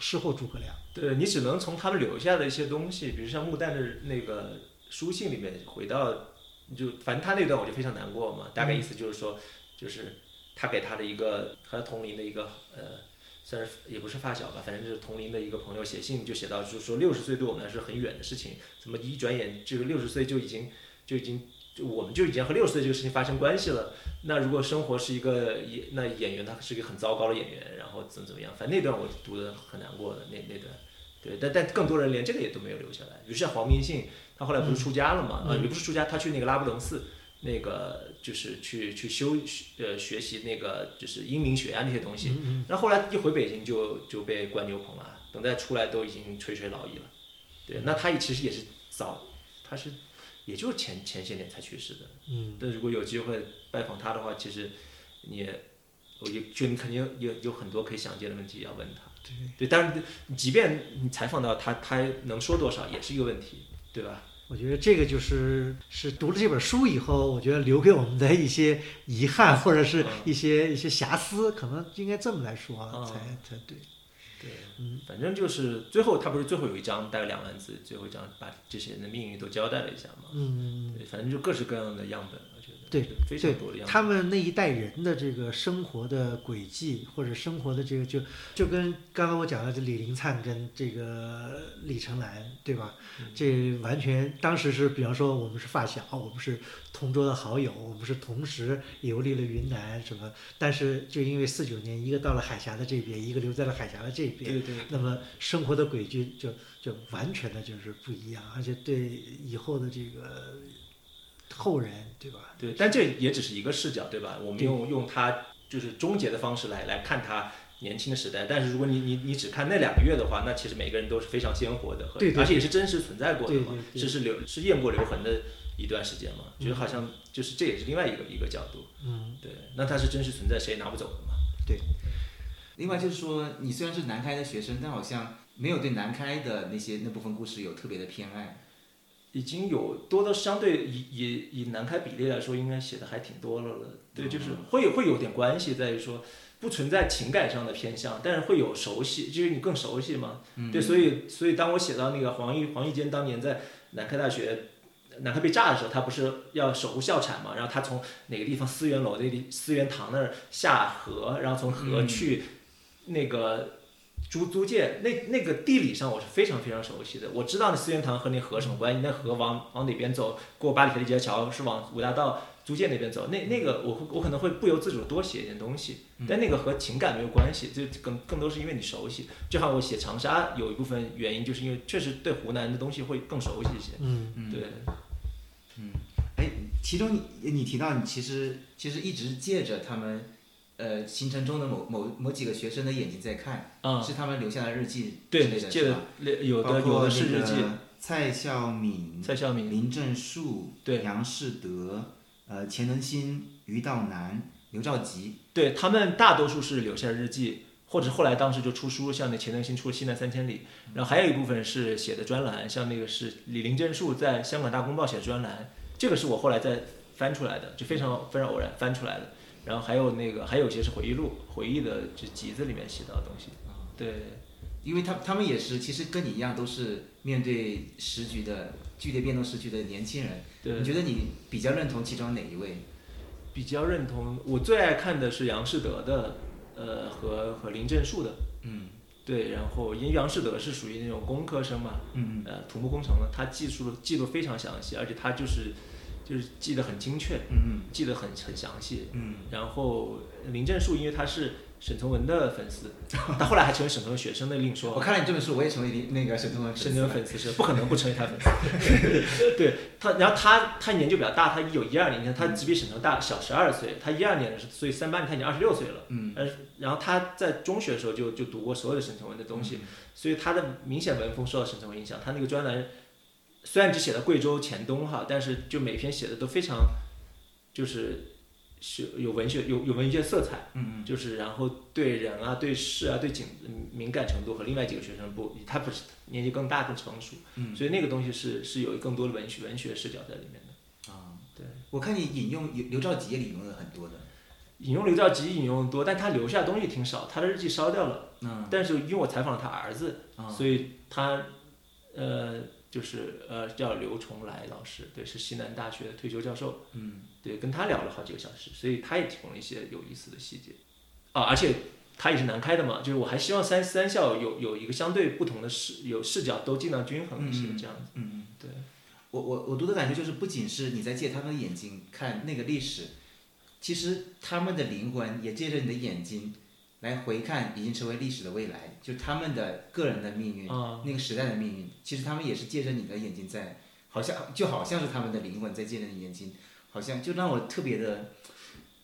事后诸葛亮。对你只能从他们留下的一些东西，比如像穆旦的那个书信里面回到，就反正他那段我就非常难过嘛，大概意思就是说，就是他给他的一个和他同龄的一个呃，算是也不是发小吧，反正就是同龄的一个朋友写信，就写到就是说六十岁对我们来说很远的事情，怎么一转眼这个六十岁就已经就已经就我们就已经和六十岁这个事情发生关系了。那如果生活是一个演，那演员他是一个很糟糕的演员，然后怎么怎么样，反正那段我读的很难过的那那段，对，但但更多人连这个也都没有留下来。比如像黄明信，他后来不是出家了嘛？嗯啊，也不是出家，他去那个拉布隆寺，那个就是去去修呃学习那个就是英明学啊那些东嗯西。然后后来一回北京就就被关牛棚了，等再出来都已经垂垂老矣了。对，那他也其实也是早，他是也就是前前些年才去世的。嗯，但如果有机会拜访他的话，其实你也，我就就你肯定有有很多可以想见的问题要问他。对，对，但是你即便你采访到他，他能说多少也是一个问题，对吧？我觉得这个就是是读了这本书以后，我觉得留给我们的一些遗憾或者是一些一些瑕疵，可能应该这么来说啊，嗯才才对。对，嗯，反正就是最后他不是最后有一章大概两万字，最后一章把这些人的命运都交代了一下嘛。嗯，对，反正就各式各样的样本，我觉得。对就非常多的样子。他们那一代人的这个生活的轨迹，或者生活的这个就就跟刚刚我讲的这李林灿跟这个李成兰，对吧？这完全当时是，比方说我们是发小，我们是同桌的好友，我们是同时游历了云南什么，但是就因为四九年，一个到了海峡的这边，一个留在了海峡的这边，对对，那么生活的轨迹就就完全的就是不一样，而且对以后的这个后人，对吧？对，但这也只是一个视角，对吧？我们对用用它就是终结的方式来来看它年轻的时代。但是如果你你你只看那两个月的话，那其实每个人都是非常鲜活的，和对对而且也是真实存在过的嘛，对对对是是留是雁过留痕的一段时间嘛，觉得好像就是这也是另外一个一个角度。嗯，对，那它是真实存在，谁也拿不走的嘛。另外就是说，你虽然是南开的学生，但好像没有对南开的那些那部分故事有特别的偏爱。已经有多的相对以以以南开比例来说，应该写的还挺多了了。对，就是会有会有点关系，在于说不存在情感上的偏向，但是会有熟悉，就是你更熟悉嘛。对，所以所以当我写到那个黄奕黄奕坚当年在南开大学。南开被炸的时候，他不是要守护校产嘛？然后他从哪个地方思源楼那里思源堂那儿下河，然后从河去那个租租界，那那个地理上我是非常非常熟悉的。我知道那思源堂和那河什么关系，那河往往哪边走，过八里台立交桥是往五大道租界那边走。那那个我会我可能会不由自主地多写一点东西，但那个和情感没有关系，就更更多是因为你熟悉。就好像我写长沙有一部分原因，就是因为确实对湖南的东西会更熟悉一些。嗯，嗯，对，哎，其中你你提到你其实其实一直借着他们，呃，行程中的某某某几个学生的眼睛在看，嗯，是他们留下的日记之类对，的，借是的吧？有包的有括的是那日记，个蔡孝敏、蔡孝敏，林正树、对杨士德、呃钱能新、于道南、刘兆吉，对他们大多数是留下日记，或者后来当时就出书，像那钱德新出《西南三千里》，然后还有一部分是写的专栏，像那个是李林正树在香港大公报写的专栏，这个是我后来再翻出来的，就非常非常偶然翻出来的。然后还有那个还有一些是回忆录、回忆的就集子里面写到的东西。对因为他他们也是其实跟你一样都是面对时局的剧烈变动时局的年轻人，对你，觉得你比较认同其中哪一位？比较认同。我最爱看的是杨士德的，呃，和和林正树的。嗯对，然后因为杨士德是属于那种工科生嘛，嗯呃，土木工程的，他记述了记录非常详细，而且他就是就是记得很精确，嗯记得很很详细。嗯然后林正树，因为他是沈从文的粉 丝，他后来还成为沈从文学生的另嗯，说我。看了你这本书，我也成为你那个沈从文沈从丝文了。粉丝是不可能不成为他粉丝， 对他，然后他他年纪比较大，他一九一二年，你看嗯他只比沈从大小十二岁，他一二年的时候，所以三八年他已经二十六岁了。嗯，呃，然后他在中学的时候就就读过所有的沈从文的东嗯西，所以他的明显文风受到沈从文影响。他那个专栏虽然只写了贵州黔东哈，但是就每篇写的都非常，就是是有文学有有文学色彩，嗯就是然后对人啊、对事啊、对景敏感程度和另外几个学生不，他不是年纪更大更成熟，嗯所以那个东西是是有更多的文学文学视角在里面的。啊，对，我看你引用刘刘兆吉也引用了很多的。引用刘兆吉引用的多，但他留下的东西挺少，他的日记烧掉了。嗯但是因为我采访了他儿子，啊，所以他呃就是呃叫刘重来老师，对，是西南大学的退休教授，嗯对，跟他聊了好几个小时，所以他也提供了一些有意思的细节啊，而且他也是南开的嘛，就是我还希望三三校有有一个相对不同的视有视角都尽量均衡一些嗯这样子，嗯，对，我我我读的感觉就是，不仅是你在借他们的眼睛看那个历史，其实他们的灵魂也借着你的眼睛来回看已经成为历史的未来，就他们的个人的命运，啊、那个时代的命运，其实他们也是借着你的眼睛在，好像就好像是他们的灵魂在借着你眼睛，好像就让我特别的，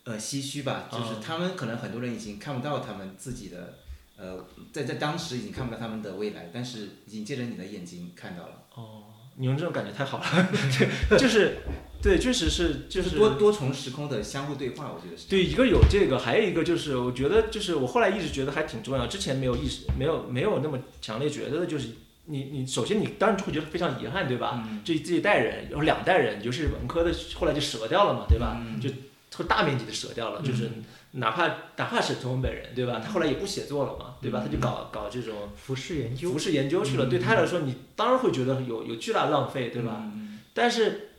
呃，唏嘘吧。就是嗯他们可能很多人已经看不到他们自己的，呃，在在当时已经看不到他们的未来，但是已经借着你的眼睛看到了，哦，你用这种感觉太好 了，就是对，确实是就就是是多多重时空的相互对话，我觉得是。对，一个有这个，还有一个就是，我觉得就是我后来一直觉得还挺重要，之前没有意识，没有没有那么强烈觉得的，就是你你首先你当然会觉得非常遗憾，对吧？嗯这这一代人，然后两代人，就是文科的后来就折掉了嘛，对吧？嗯就会大面积的折掉了，就是哪怕哪怕沈从文本人，对吧？他后来也不写作了嘛，对嗯吧？他就搞搞这种服饰研究服饰嗯嗯研究去了，对他来说，你当然会觉得有有巨大浪费，对吧？嗯但是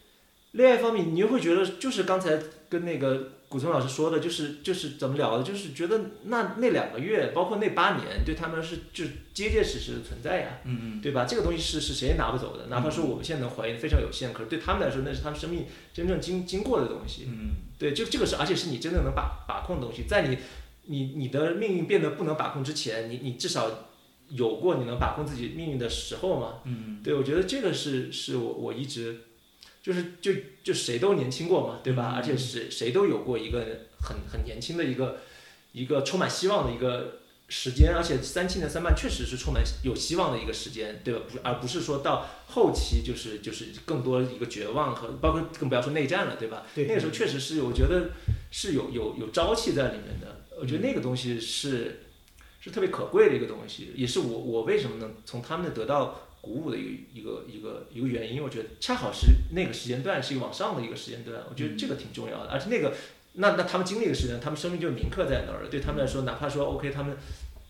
恋爱方面，你又会觉得就是刚才跟那个古村老师说的，就是就是怎么聊的，就是觉得那那两个月，包括那八年，对他们是就是结结实实的存在呀、啊嗯对吧？这个东西是是谁也拿不走的，哪怕说我们现在能还原非常有限，可是对他们来说，那是他们生命真正经经过的东西。嗯对，就这个是，而且是你真正能把把控的东西，在你你你的命运变得不能把控之前，你你至少有过你能把控自己命运的时候嘛。嗯对，我觉得这个是是我我一直就是就就谁都年轻过嘛，对吧？而且谁谁都有过一个很很年轻的一个一个充满希望的一个时间，而且三七年三半确实是充满有希望的一个时间，对吧？不而不是说到后期就是就是更多一个绝望和包括更不要说内战了，对吧？对那个时候确实是我觉得是有有有朝气在里面的，我觉得那个东西是。是特别可贵的一个东西，也是我我为什么能从他们那得到鼓舞的一个一个一个一个原因。我觉得恰好是那个时间段是一个往上的一个时间段，我觉得这个挺重要的。而且那个那那他们经历的时间，他们生命就铭刻在那儿了。对他们来说，哪怕说 OK，他们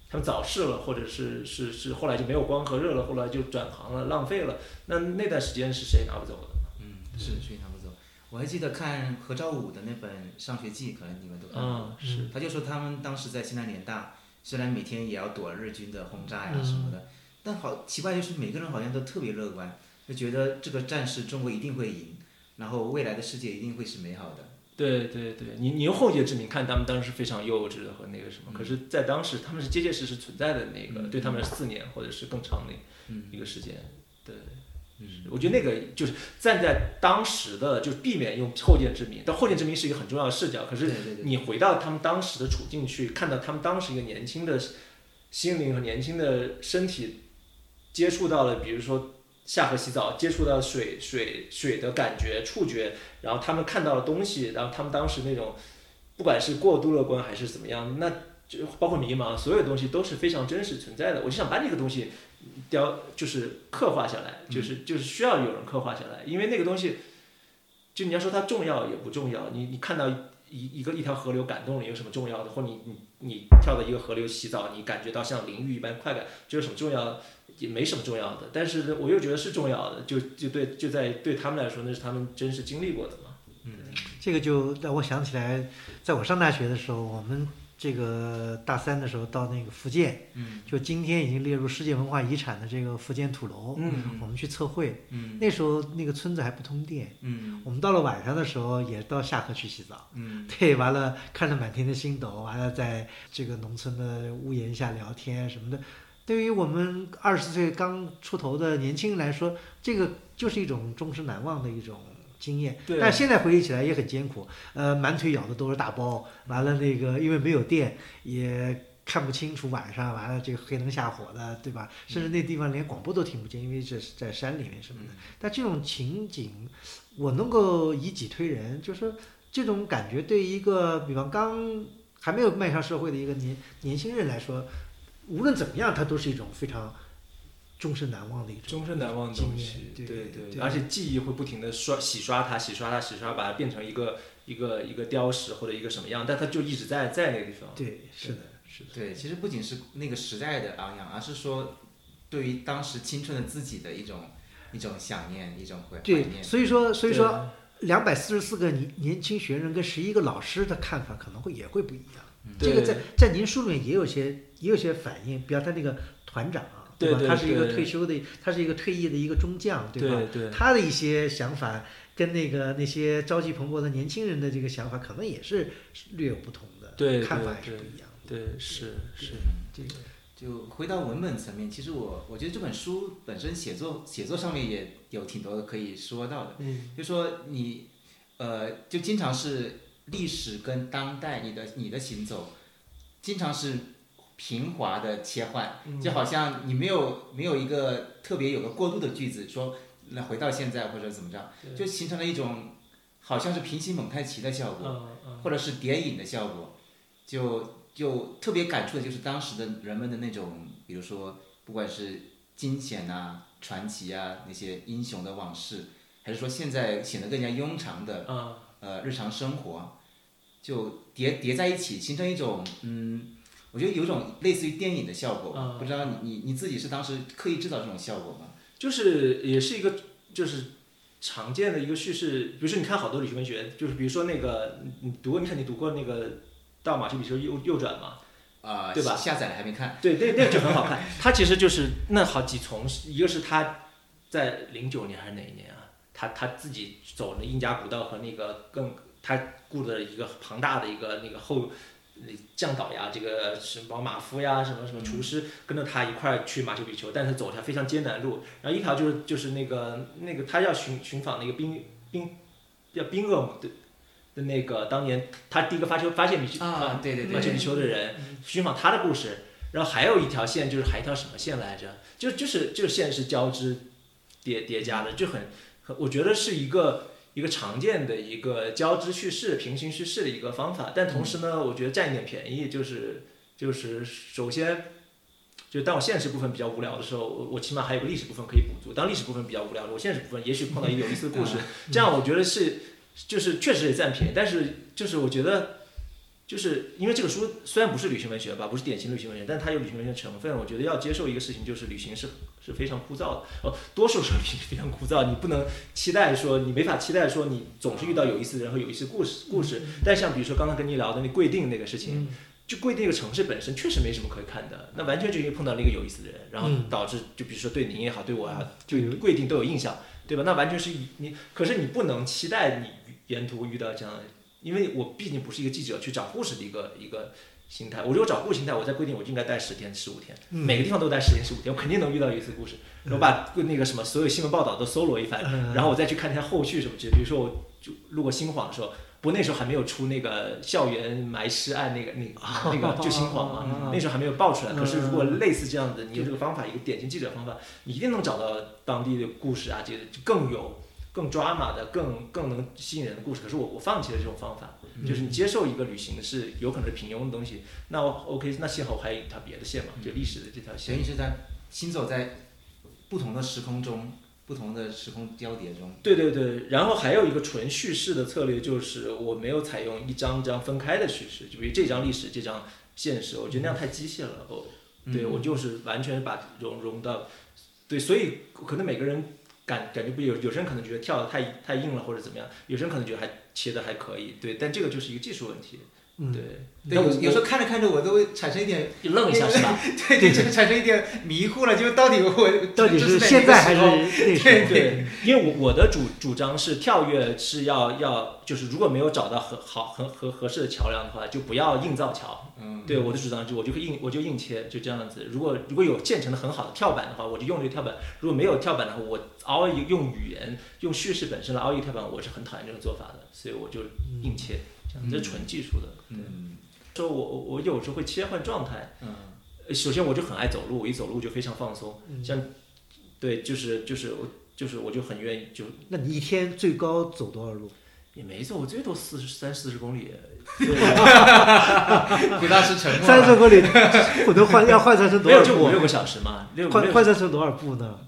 他们早逝了，或者是是是后来就没有光和热了，后来就转行了，浪费了，那那段时间是谁拿不走的？嗯，是所以他不走。我还记得看何兆武的那本《上学记》，可能你们都看过。嗯，是，他就说他们当时在西南联大，虽然每天也要躲日军的轰炸呀什么嗯的，但好奇怪就是每个人好像都特别乐观，就觉得这个战事中国一定会赢，然后未来的世界一定会是美好的。对对对，你你用后界之名看他们当时非常幼稚和那个什么，可是，在当时他们是结结实实存在的那个，嗯对他们是四年或者是更长的嗯一个时间，对。嗯我觉得那个就是站在当时的，就是避免用后见之明，但后见之明是一个很重要的视角。可是对对对你回到他们当时的处境去，看到他们当时一个年轻的心灵和年轻的身体接触到了，比如说下河洗澡，接触到水水水的感觉、触觉，然后他们看到的东西，然后他们当时那种不管是过度乐观还是怎么样，那就包括迷茫，所有东西都是非常真实存在的。我就想把这个东西雕，就是刻画下来，嗯就是就是需要有人刻画下来，因为那个东西，就你要说它重要也不重要，你你看到。一一个一条河流感动了，有什么重要的？或你你你跳到一个河流洗澡，你感觉到像淋浴一般快感，这有什么重要的？也没什么重要的。但是我又觉得是重要的，就就对就在对他们来说，那是他们真实经历过的嘛。这个就让我想起来，在我上大学的时候，我们这个大三的时候到那个福建，嗯就今天已经列入世界文化遗产的这个福建土楼，嗯我们去测绘。嗯那时候那个村子还不通电，嗯我们到了晚上的时候也到下河去洗澡。嗯 对，完了看着满天的星斗，完了在这个农村的屋檐下聊天什么的，对于我们二十岁刚出头的年轻人来说，这个就是一种终身难忘的一种经验。对但现在回忆起来也很艰苦，呃，满腿咬的都是大包，完了那个因为没有电也。看不清楚晚上，完了这个黑灯瞎火的，对吧？甚至那地方连广播都听不见，因为这是在山里面什么嗯的。但这种情景，我能够以己推人，就是说这种感觉对一个比方刚还没有迈向社会的一个年年轻人来说，无论怎么样，它都是一种非常终身难忘的一种。终身难忘的东西，经验对对对对而且记忆会不停的刷洗刷它，洗刷它，洗刷，把它变成一个一个一个雕石或者一个什么样，但它就一直在在那个地方。对，是的，是的，对，其实不仅是那个时代的昂扬，而是说对于当时青春的自己的一种一种想念，一种怀怀对，念。所以说，所以说，两百四十四个年年轻学生跟十一个老师的看法可能会也会不一样。这对个在在您书里面也有些也有些反映，比方他那个团长啊，对吧？对他是一个对退休的，他是一个退役的一个中将，对吧？对他的一些想法跟那个那些朝气蓬勃的年轻人的这个想法，可能也是略有不同的，对对看法也是对不一样的。对是是，这个嗯就回到文本层面，其实我我觉得这本书本身写作写作上面也有挺多可以说到的。嗯，就说你，呃，就经常是历史跟当代你的你的行走，经常是平滑的切换，就好像你没有没有一个特别有个过渡的句子说，那回到现在或者怎么着，就形成了一种好像是平行蒙太奇的效果，嗯嗯，或者是叠影的效果，就就特别感触的就是当时的人们的那种，比如说不管是惊险啊、传奇啊那些英雄的往事，还是说现在显得更加庸常的嗯呃日常生活，就叠叠在一起，形成一种嗯，我觉得有一种类似于电影的效果。嗯不知道你你你自己是当时刻意制造这种效果吗？就是也是一个就是常见的一个叙事，比如说你看好多旅行文学，就是比如说那个你你读过，你肯定读过那个《大马士比丘右右转》嘛，啊、对吧下载了还没看，对，那那个就很好看。它其实就是那好几重，一个是他在零九年还是哪一年啊，他他自己走了印加古道和那个更他雇的一个庞大的一个那个后向导呀，这个什么马夫呀，什么什么厨嗯师跟着他一块儿去马丘比丘，但是走条非常艰难的路。然后一条就是就是那个那个他要寻寻访那个冰冰叫冰恶姆的的那个当年他第一个发现发现比丘啊对对对马丘比丘的人，寻访他的故事。然后还有一条线就是还有一条什么线来着？就就是就是线是交织叠叠加的，就很很我觉得是一个一个常见的一个交织叙事、平行叙事的一个方法。但同时呢，我觉得占一点便宜，就是就是首先。就当我现实部分比较无聊的时候，我我起码还有个历史部分可以补足。当历史部分比较无聊的时候，我现实部分也许碰到一个有意思的故事，嗯这样我觉得是就是确实也占便宜，但是就是我觉得就是因为这个书虽然不是旅行文学吧，不是典型旅行文学，但它有旅行文学成分。我觉得要接受一个事情，就是旅行是是非常枯燥的。哦，多数时候旅行是非常枯燥，你不能期待说你没法期待说你总是遇到有意思的人和有意思的故事故事。但像比如说刚刚跟你聊的那贵定那个事情。就贵定那个城市本身确实没什么可以看的，那完全就因为碰到了一个有意思的人，然后导致就比如说对您也好，对我啊，就贵定都有印象，对吧？那完全是以你，可是你不能期待你沿途遇到这样的因为我毕竟不是一个记者去找故事的一个一个心态。我如果找故事心态，我在规定我就应该待十天十五天，每个地方都待十天十五天，我肯定能遇到一次故事。我把那个什么所有新闻报道都搜罗一番，然后我再去看一下后续什么之类的。比如说我就路过新晃的时候。不，那时候还没有出那个校园埋尸案那个那个那个就新晃嘛，那时候还没有爆出来。可是如果类似这样的，你用这个方法，一个典型记者方法，你一定能找到当地的故事啊，这个就更有更 drama 的、更更能吸引人的故事。可是我我放弃了这种方法，就是你接受一个旅行是有可能是平庸的东西。那我 OK，那幸好我还有一条别的线嘛，就历史的这条等线。于呃是在行走在不同的时空中，不同的时空交叠中，对对对，然后还有一个纯叙事的策略，就是我没有采用一张张分开的叙事，就比如这张历史，这张现实，我觉得那样太机械了。我、对我就是完全把融融到，对，所以可能每个人感感觉不一样有，有些人可能觉得跳的太太硬了或者怎么样，有些人可能觉得还切的还可以，对，但这个就是一个技术问题，对，对，有有时候看着看着我都会产生一点， 一愣一下是吧？对对，就产生一点迷糊了，就是到底我 嗯到底这是哪现个在时还是空那时候？对，因为我我的主主张是跳跃是要要，就是如果没有找到合好合合合适的桥梁的话，就不要硬造桥。嗯，对我的主张就我就可以硬我就硬切就这样子。如果如果有现成的很好的跳板的话，我就用这个跳板；如果没有跳板的话，我熬一用语言用叙事本身来熬一个跳板，我是很讨厌这种做法的，所以我就硬切，嗯这样这是纯技术的。嗯说我我我有时候会切换状态，嗯呃首先我就很爱走路，我一走路就非常放松，嗯像对，就是就是我就是我就很愿意就那你一天最高走多少路？也没走，我最多四十三四十 公里，嗯回答是沉默三了。十公里， 我能换要换算成多没少有就五步？六个小时嘛，六换六呃换算成多少步呢？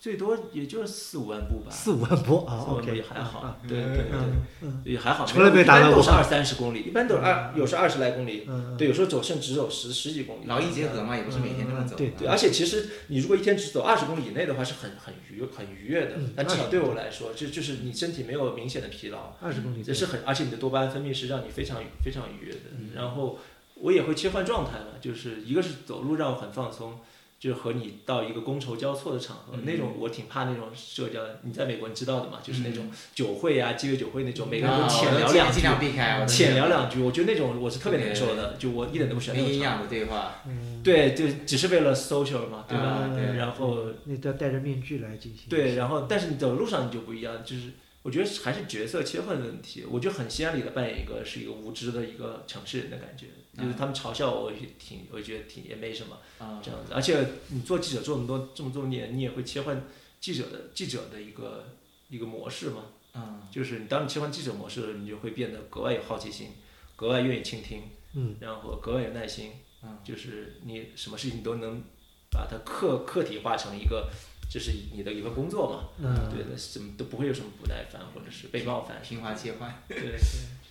最多也就是四五万步吧，四五万步啊四五万步，OK，也还啊好啊，嗯对对对，也还好，从来没达到一般过都是二三十公里，一般都是二，有时候二十来公里嗯，对，有时候走甚至只走十十几公里，嗯劳逸结合嘛，也不是每天都能嗯走。啊对对，而且其实你如果一天只走二十公里以内的话，是很很愉很愉悦的嗯。那至少对我来说，就就是你身体没有明显的疲劳，二十公里这是很，而且你的多巴胺分泌是让你非常非常愉悦的。然后我也会切换状态嘛，就是一个是走路让我很放松，就和你到一个觥筹交错的场合，那种我挺怕那种社交的。你在美国你知道的嘛，就是那种酒会啊，街尾酒会那种，每个人都浅聊两啊尽句，量避开，我都浅聊两句，我觉得那种我是特别难受的，就我一点都不喜欢没那种营场合。养的对话。对，就只是为了 social 嘛，嗯对吧？啊嗯对然后那都要戴着面具来进行。对，然后但是你走路上你就不一样，就是我觉得还是角色切换的问题。我觉得很心安理得扮演一个是一个无知的一个城市人的感觉，就是他们嘲笑我，我也挺我觉得挺也没什么啊这样子。而且你做记者做那么多这么多年，你也会切换记者的记者的一个一个模式嘛。嗯，就是你当你切换记者模式的时候，你就会变得格外有好奇心，格外愿意倾听，嗯，然后格外有耐心，嗯，就是你什么事情都能把它客客体化成一个，这是你的一份工作嘛，嗯对的，什么都不会有什么不耐烦或者是被冒犯，平滑切换。对，对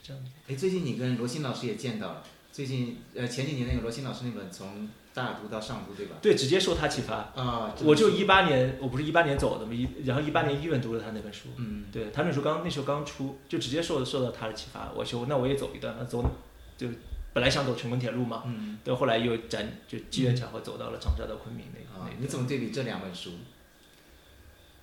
这样哎，最近你跟罗新老师也见到了，最近呃前几年那个罗新老师那本从大都到上都，对吧？对，直接受他启发。啊，真的我就是一八年，我不是一八年走的嘛，一然后一八年一本读了他那本书，嗯，对他那时候刚那时候刚出，就直接受受到他的启发，我说那我也走一段，那走就本来想走成昆铁路嘛，嗯对，后来又展就机缘巧合走到了长沙到昆明那个、啊那，个。你怎么对比这两本书？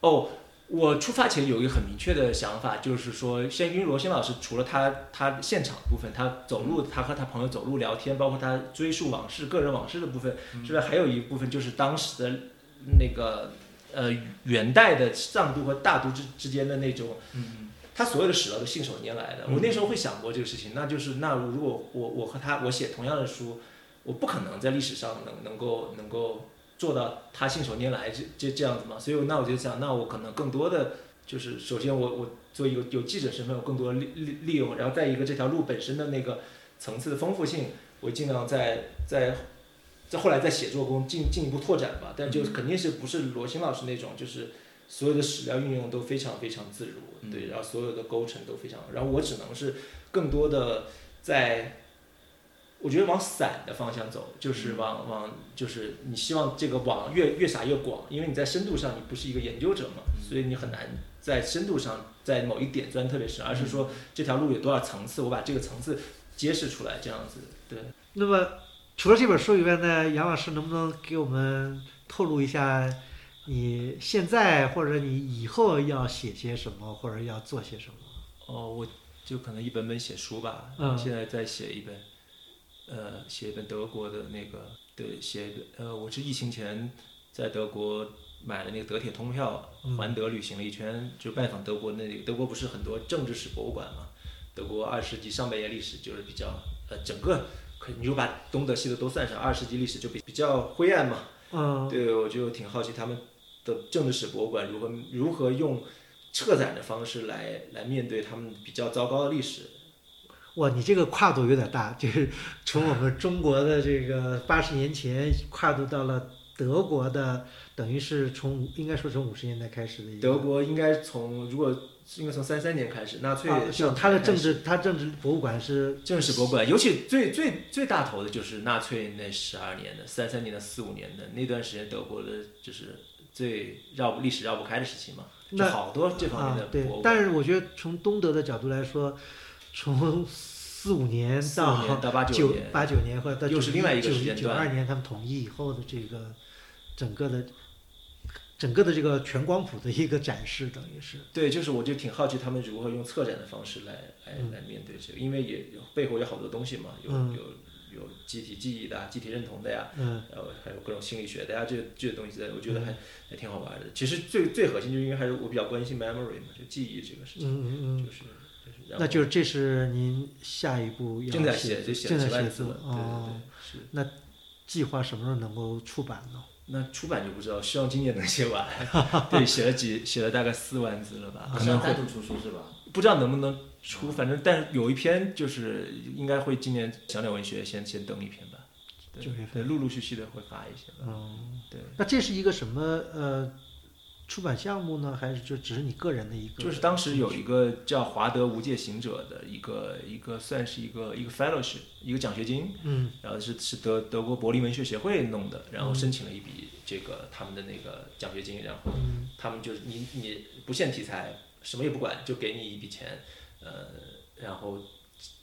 哦，我出发前有一个很明确的想法，就是说，像因为罗新老师除了他他现场部分，他走路，他和他朋友走路聊天，包括他追溯往事、个人往事的部分嗯之外，还有一部分就是当时的那个呃元代的藏都和大都之之间的那种嗯他所有的史料都信手拈来的。我那时候会想过这个事情，那就是那如果我我和他我写同样的书，我不可能在历史上能能够能够做到他信手拈来这这这样子嘛。所以那我就想，那我可能更多的就是首先我我作为有有记者身份，我更多利利利用，然后再一个这条路本身的那个层次的丰富性，我尽量在在。在后来在写作中进进一步拓展吧，但就是肯定是不是罗新老师那种，就是所有的史料运用都非常非常自如，嗯对，然后所有的构成都非常，然后我只能是更多的在，我觉得往散的方向走，就是往往就是你希望这个网越越撒越广，因为你在深度上你不是一个研究者嘛，所以你很难在深度上在某一点钻特别深，而是说这条路有多少层次，我把这个层次揭示出来这样子，对。那么除了这本书以外呢，杨老师能不能给我们透露一下你现在或者你以后要写些什么，或者要做些什么？哦，我就可能一本本写书吧。嗯现在在写一本，呃，写一本德国的那个，对，写一本呃，我是疫情前在德国买了那个德铁通票，环德旅行了一圈，就拜访德国那里。德国不是很多政治史博物馆嘛？德国二十世纪上半叶历史就是比较，呃，整个可你就把东德西德都算上，二十世纪历史就比比较灰暗嘛。嗯，对，我就挺好奇他们的政治史博物馆如何如何用策展的方式来来面对他们比较糟糕的历史。哇，你这个跨度有点大，就是从我们中国的这个八十年前跨度到了德国的，等于是从应该说从五十年代开始的一个德国应该从如果应该从三三年开始，纳粹啊，就上他的台开政始治，他政治博物馆是政治博物馆，尤其最最最大头的就是纳粹那十二年的、三三年的、四五年的那段时间，德国的就是最绕不历史绕不开的时期嘛，就那好多这方面啊的、对博物，馆。但是我觉得从东德的角度来说，从四五年四五到年到八九九年，八九年或者到又是另外一个时间九二年他们统一以后的这个整个的整个的这个全光谱的一个展示，等于是对，就是我就挺好奇他们如何用策展的方式来来来面对这个，因为也有背后有好多东西嘛，有、嗯有有集体记忆的、啊、集体认同的呀，嗯然后还有各种心理学的呀，这这些东西在，我觉得还、还挺好玩的。其实最最核心就是因为还是我比较关心 memory 嘛，就记忆这个事嗯情，嗯嗯。就是就是然后那就是这是您下一步要正在写写，就写正了在几万写字作了，对对哦对，，是。计划什么时候能够出版呢？那出版就不知道，希望今年能写 完。对，写了几写了大概四万字了吧，啊好可能像会单独出书是吧？不知道能不能出，反正但是有一篇就是应该会今年小鸟文学先先登一篇吧，对九月份对，陆陆续续的会发一些吧，嗯，对，那这是一个什么呃出版项目呢？还是就只是你个人的一个？就是当时有一个叫华德无界行者的一个一个算是一个一个 fellowship 一个奖学金，嗯然后是是德德国柏林文学协会弄的，然后申请了一笔这个他们的那个奖学金，然后嗯他们就是你你不限题材，什么也不管，就给你一笔钱，呃，然后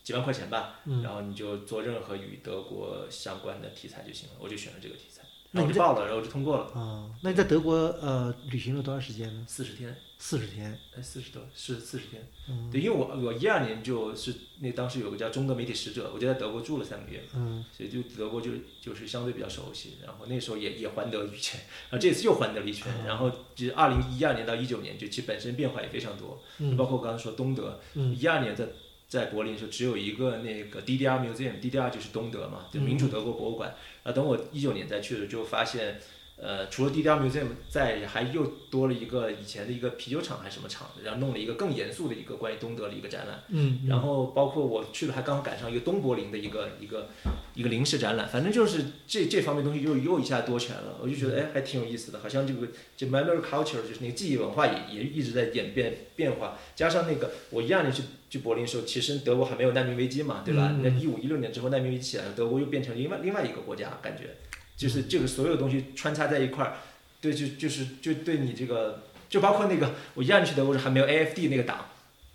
几万块钱吧，嗯然后你就做任何与德国相关的题材就行了。我就选了这个题材，那然你后我就报了，然后就通过了，啊，那你在德国呃旅行了多长时间呢？四十天，四十天。哎，四十多是四十天，嗯对，因为我我一二年就是那当时有个叫中德媒体使者，我就在德国住了三个月。嗯所以就德国就就是相对比较熟悉，然后那时候也也环德一圈，然后这次又环德了一圈，嗯然后就二零一二年到一九年，就其实本身变化也非常多，嗯包括我刚才说东德，嗯一二年在在柏林的时候只有一个那个 DDR Museum，DDR 就是东德嘛，嗯就民主德国博物馆。然后等我一九年再去的时候，就发现，呃，除了 DDR Museum 在，还又多了一个以前的一个啤酒厂还是什么厂的，然后弄了一个更严肃的一个关于东德的一个展览。嗯然后包括我去了，还刚好赶上一个东柏林的一个一个一个临时展览，反正就是这这方面东西又又一下多全了，我就觉嗯得哎还挺有意思的，好像这个这 memory culture 就是那个记忆文化也也一直在演变变化，加上那个我一二年去去柏林的时候，其实德国还没有难民危机嘛，对吧？嗯那一五一六年之后难民危机起来了，德国又变成另外另外一个国家感觉。就是这个所有东西穿插在一块儿，对，就就是就对你这个，就包括那个我一二年去德国时还没有 AFD 那个党，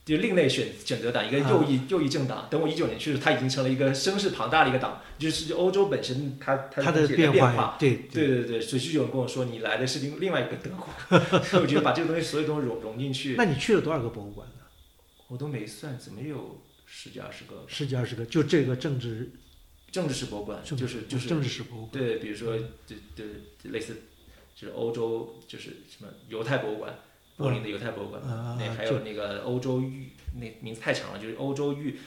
就另类选选择党，一个右啊翼、右翼政党。等我一九年去的时候，它已经成了一个声势庞大的一个党，就是欧洲本身它它它自的己变变化也，对对对对，所以就有人跟我说，你来的是另另外一个德国， 所以我觉得把这个东西所有东西融融进去，那你去了多少个博物馆呢？我都没算，怎么有十几二十个十几二十个，就这个政治，政治史博物馆，政就是就是政治史博物馆，对，比如说就就类似就是欧洲就是什么犹太博物馆，柏林的犹太博物馆，啊那还就有那个欧洲遇那名字太长了，就是欧洲遇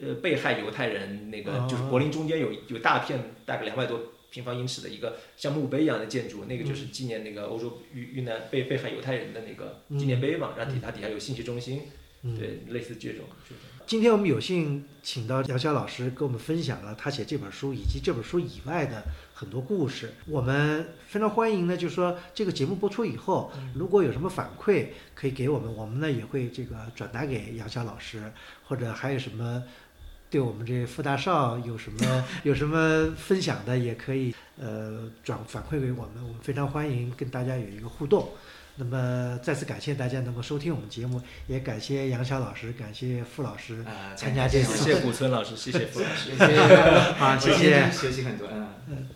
呃被害犹太人那个，就是柏林中间有有大片大概两百多平方英尺的一个像墓碑一样的建筑，那个就是纪念那个欧洲遇遇难被被害犹太人的那个纪念碑嘛，然后底它底下有信息中心，嗯对，类似这种这种。今天我们有幸请到姚潇老师跟我们分享了他写这本书以及这本书以外的很多故事。我们非常欢迎呢，就是说这个节目播出以后，嗯如果有什么反馈可以给我们，我们呢也会这个转达给杨潇老师，或者还有什么对我们这傅大少有什么有什么分享的，也可以呃转反馈给我们，我们非常欢迎跟大家有一个互动。那么再次感谢大家能够收听我们节目，也感谢杨潇老师，感谢傅老师啊参加这谢次。 谢古村老师，谢谢傅老师。谢谢，好谢谢我今天学习很多，嗯。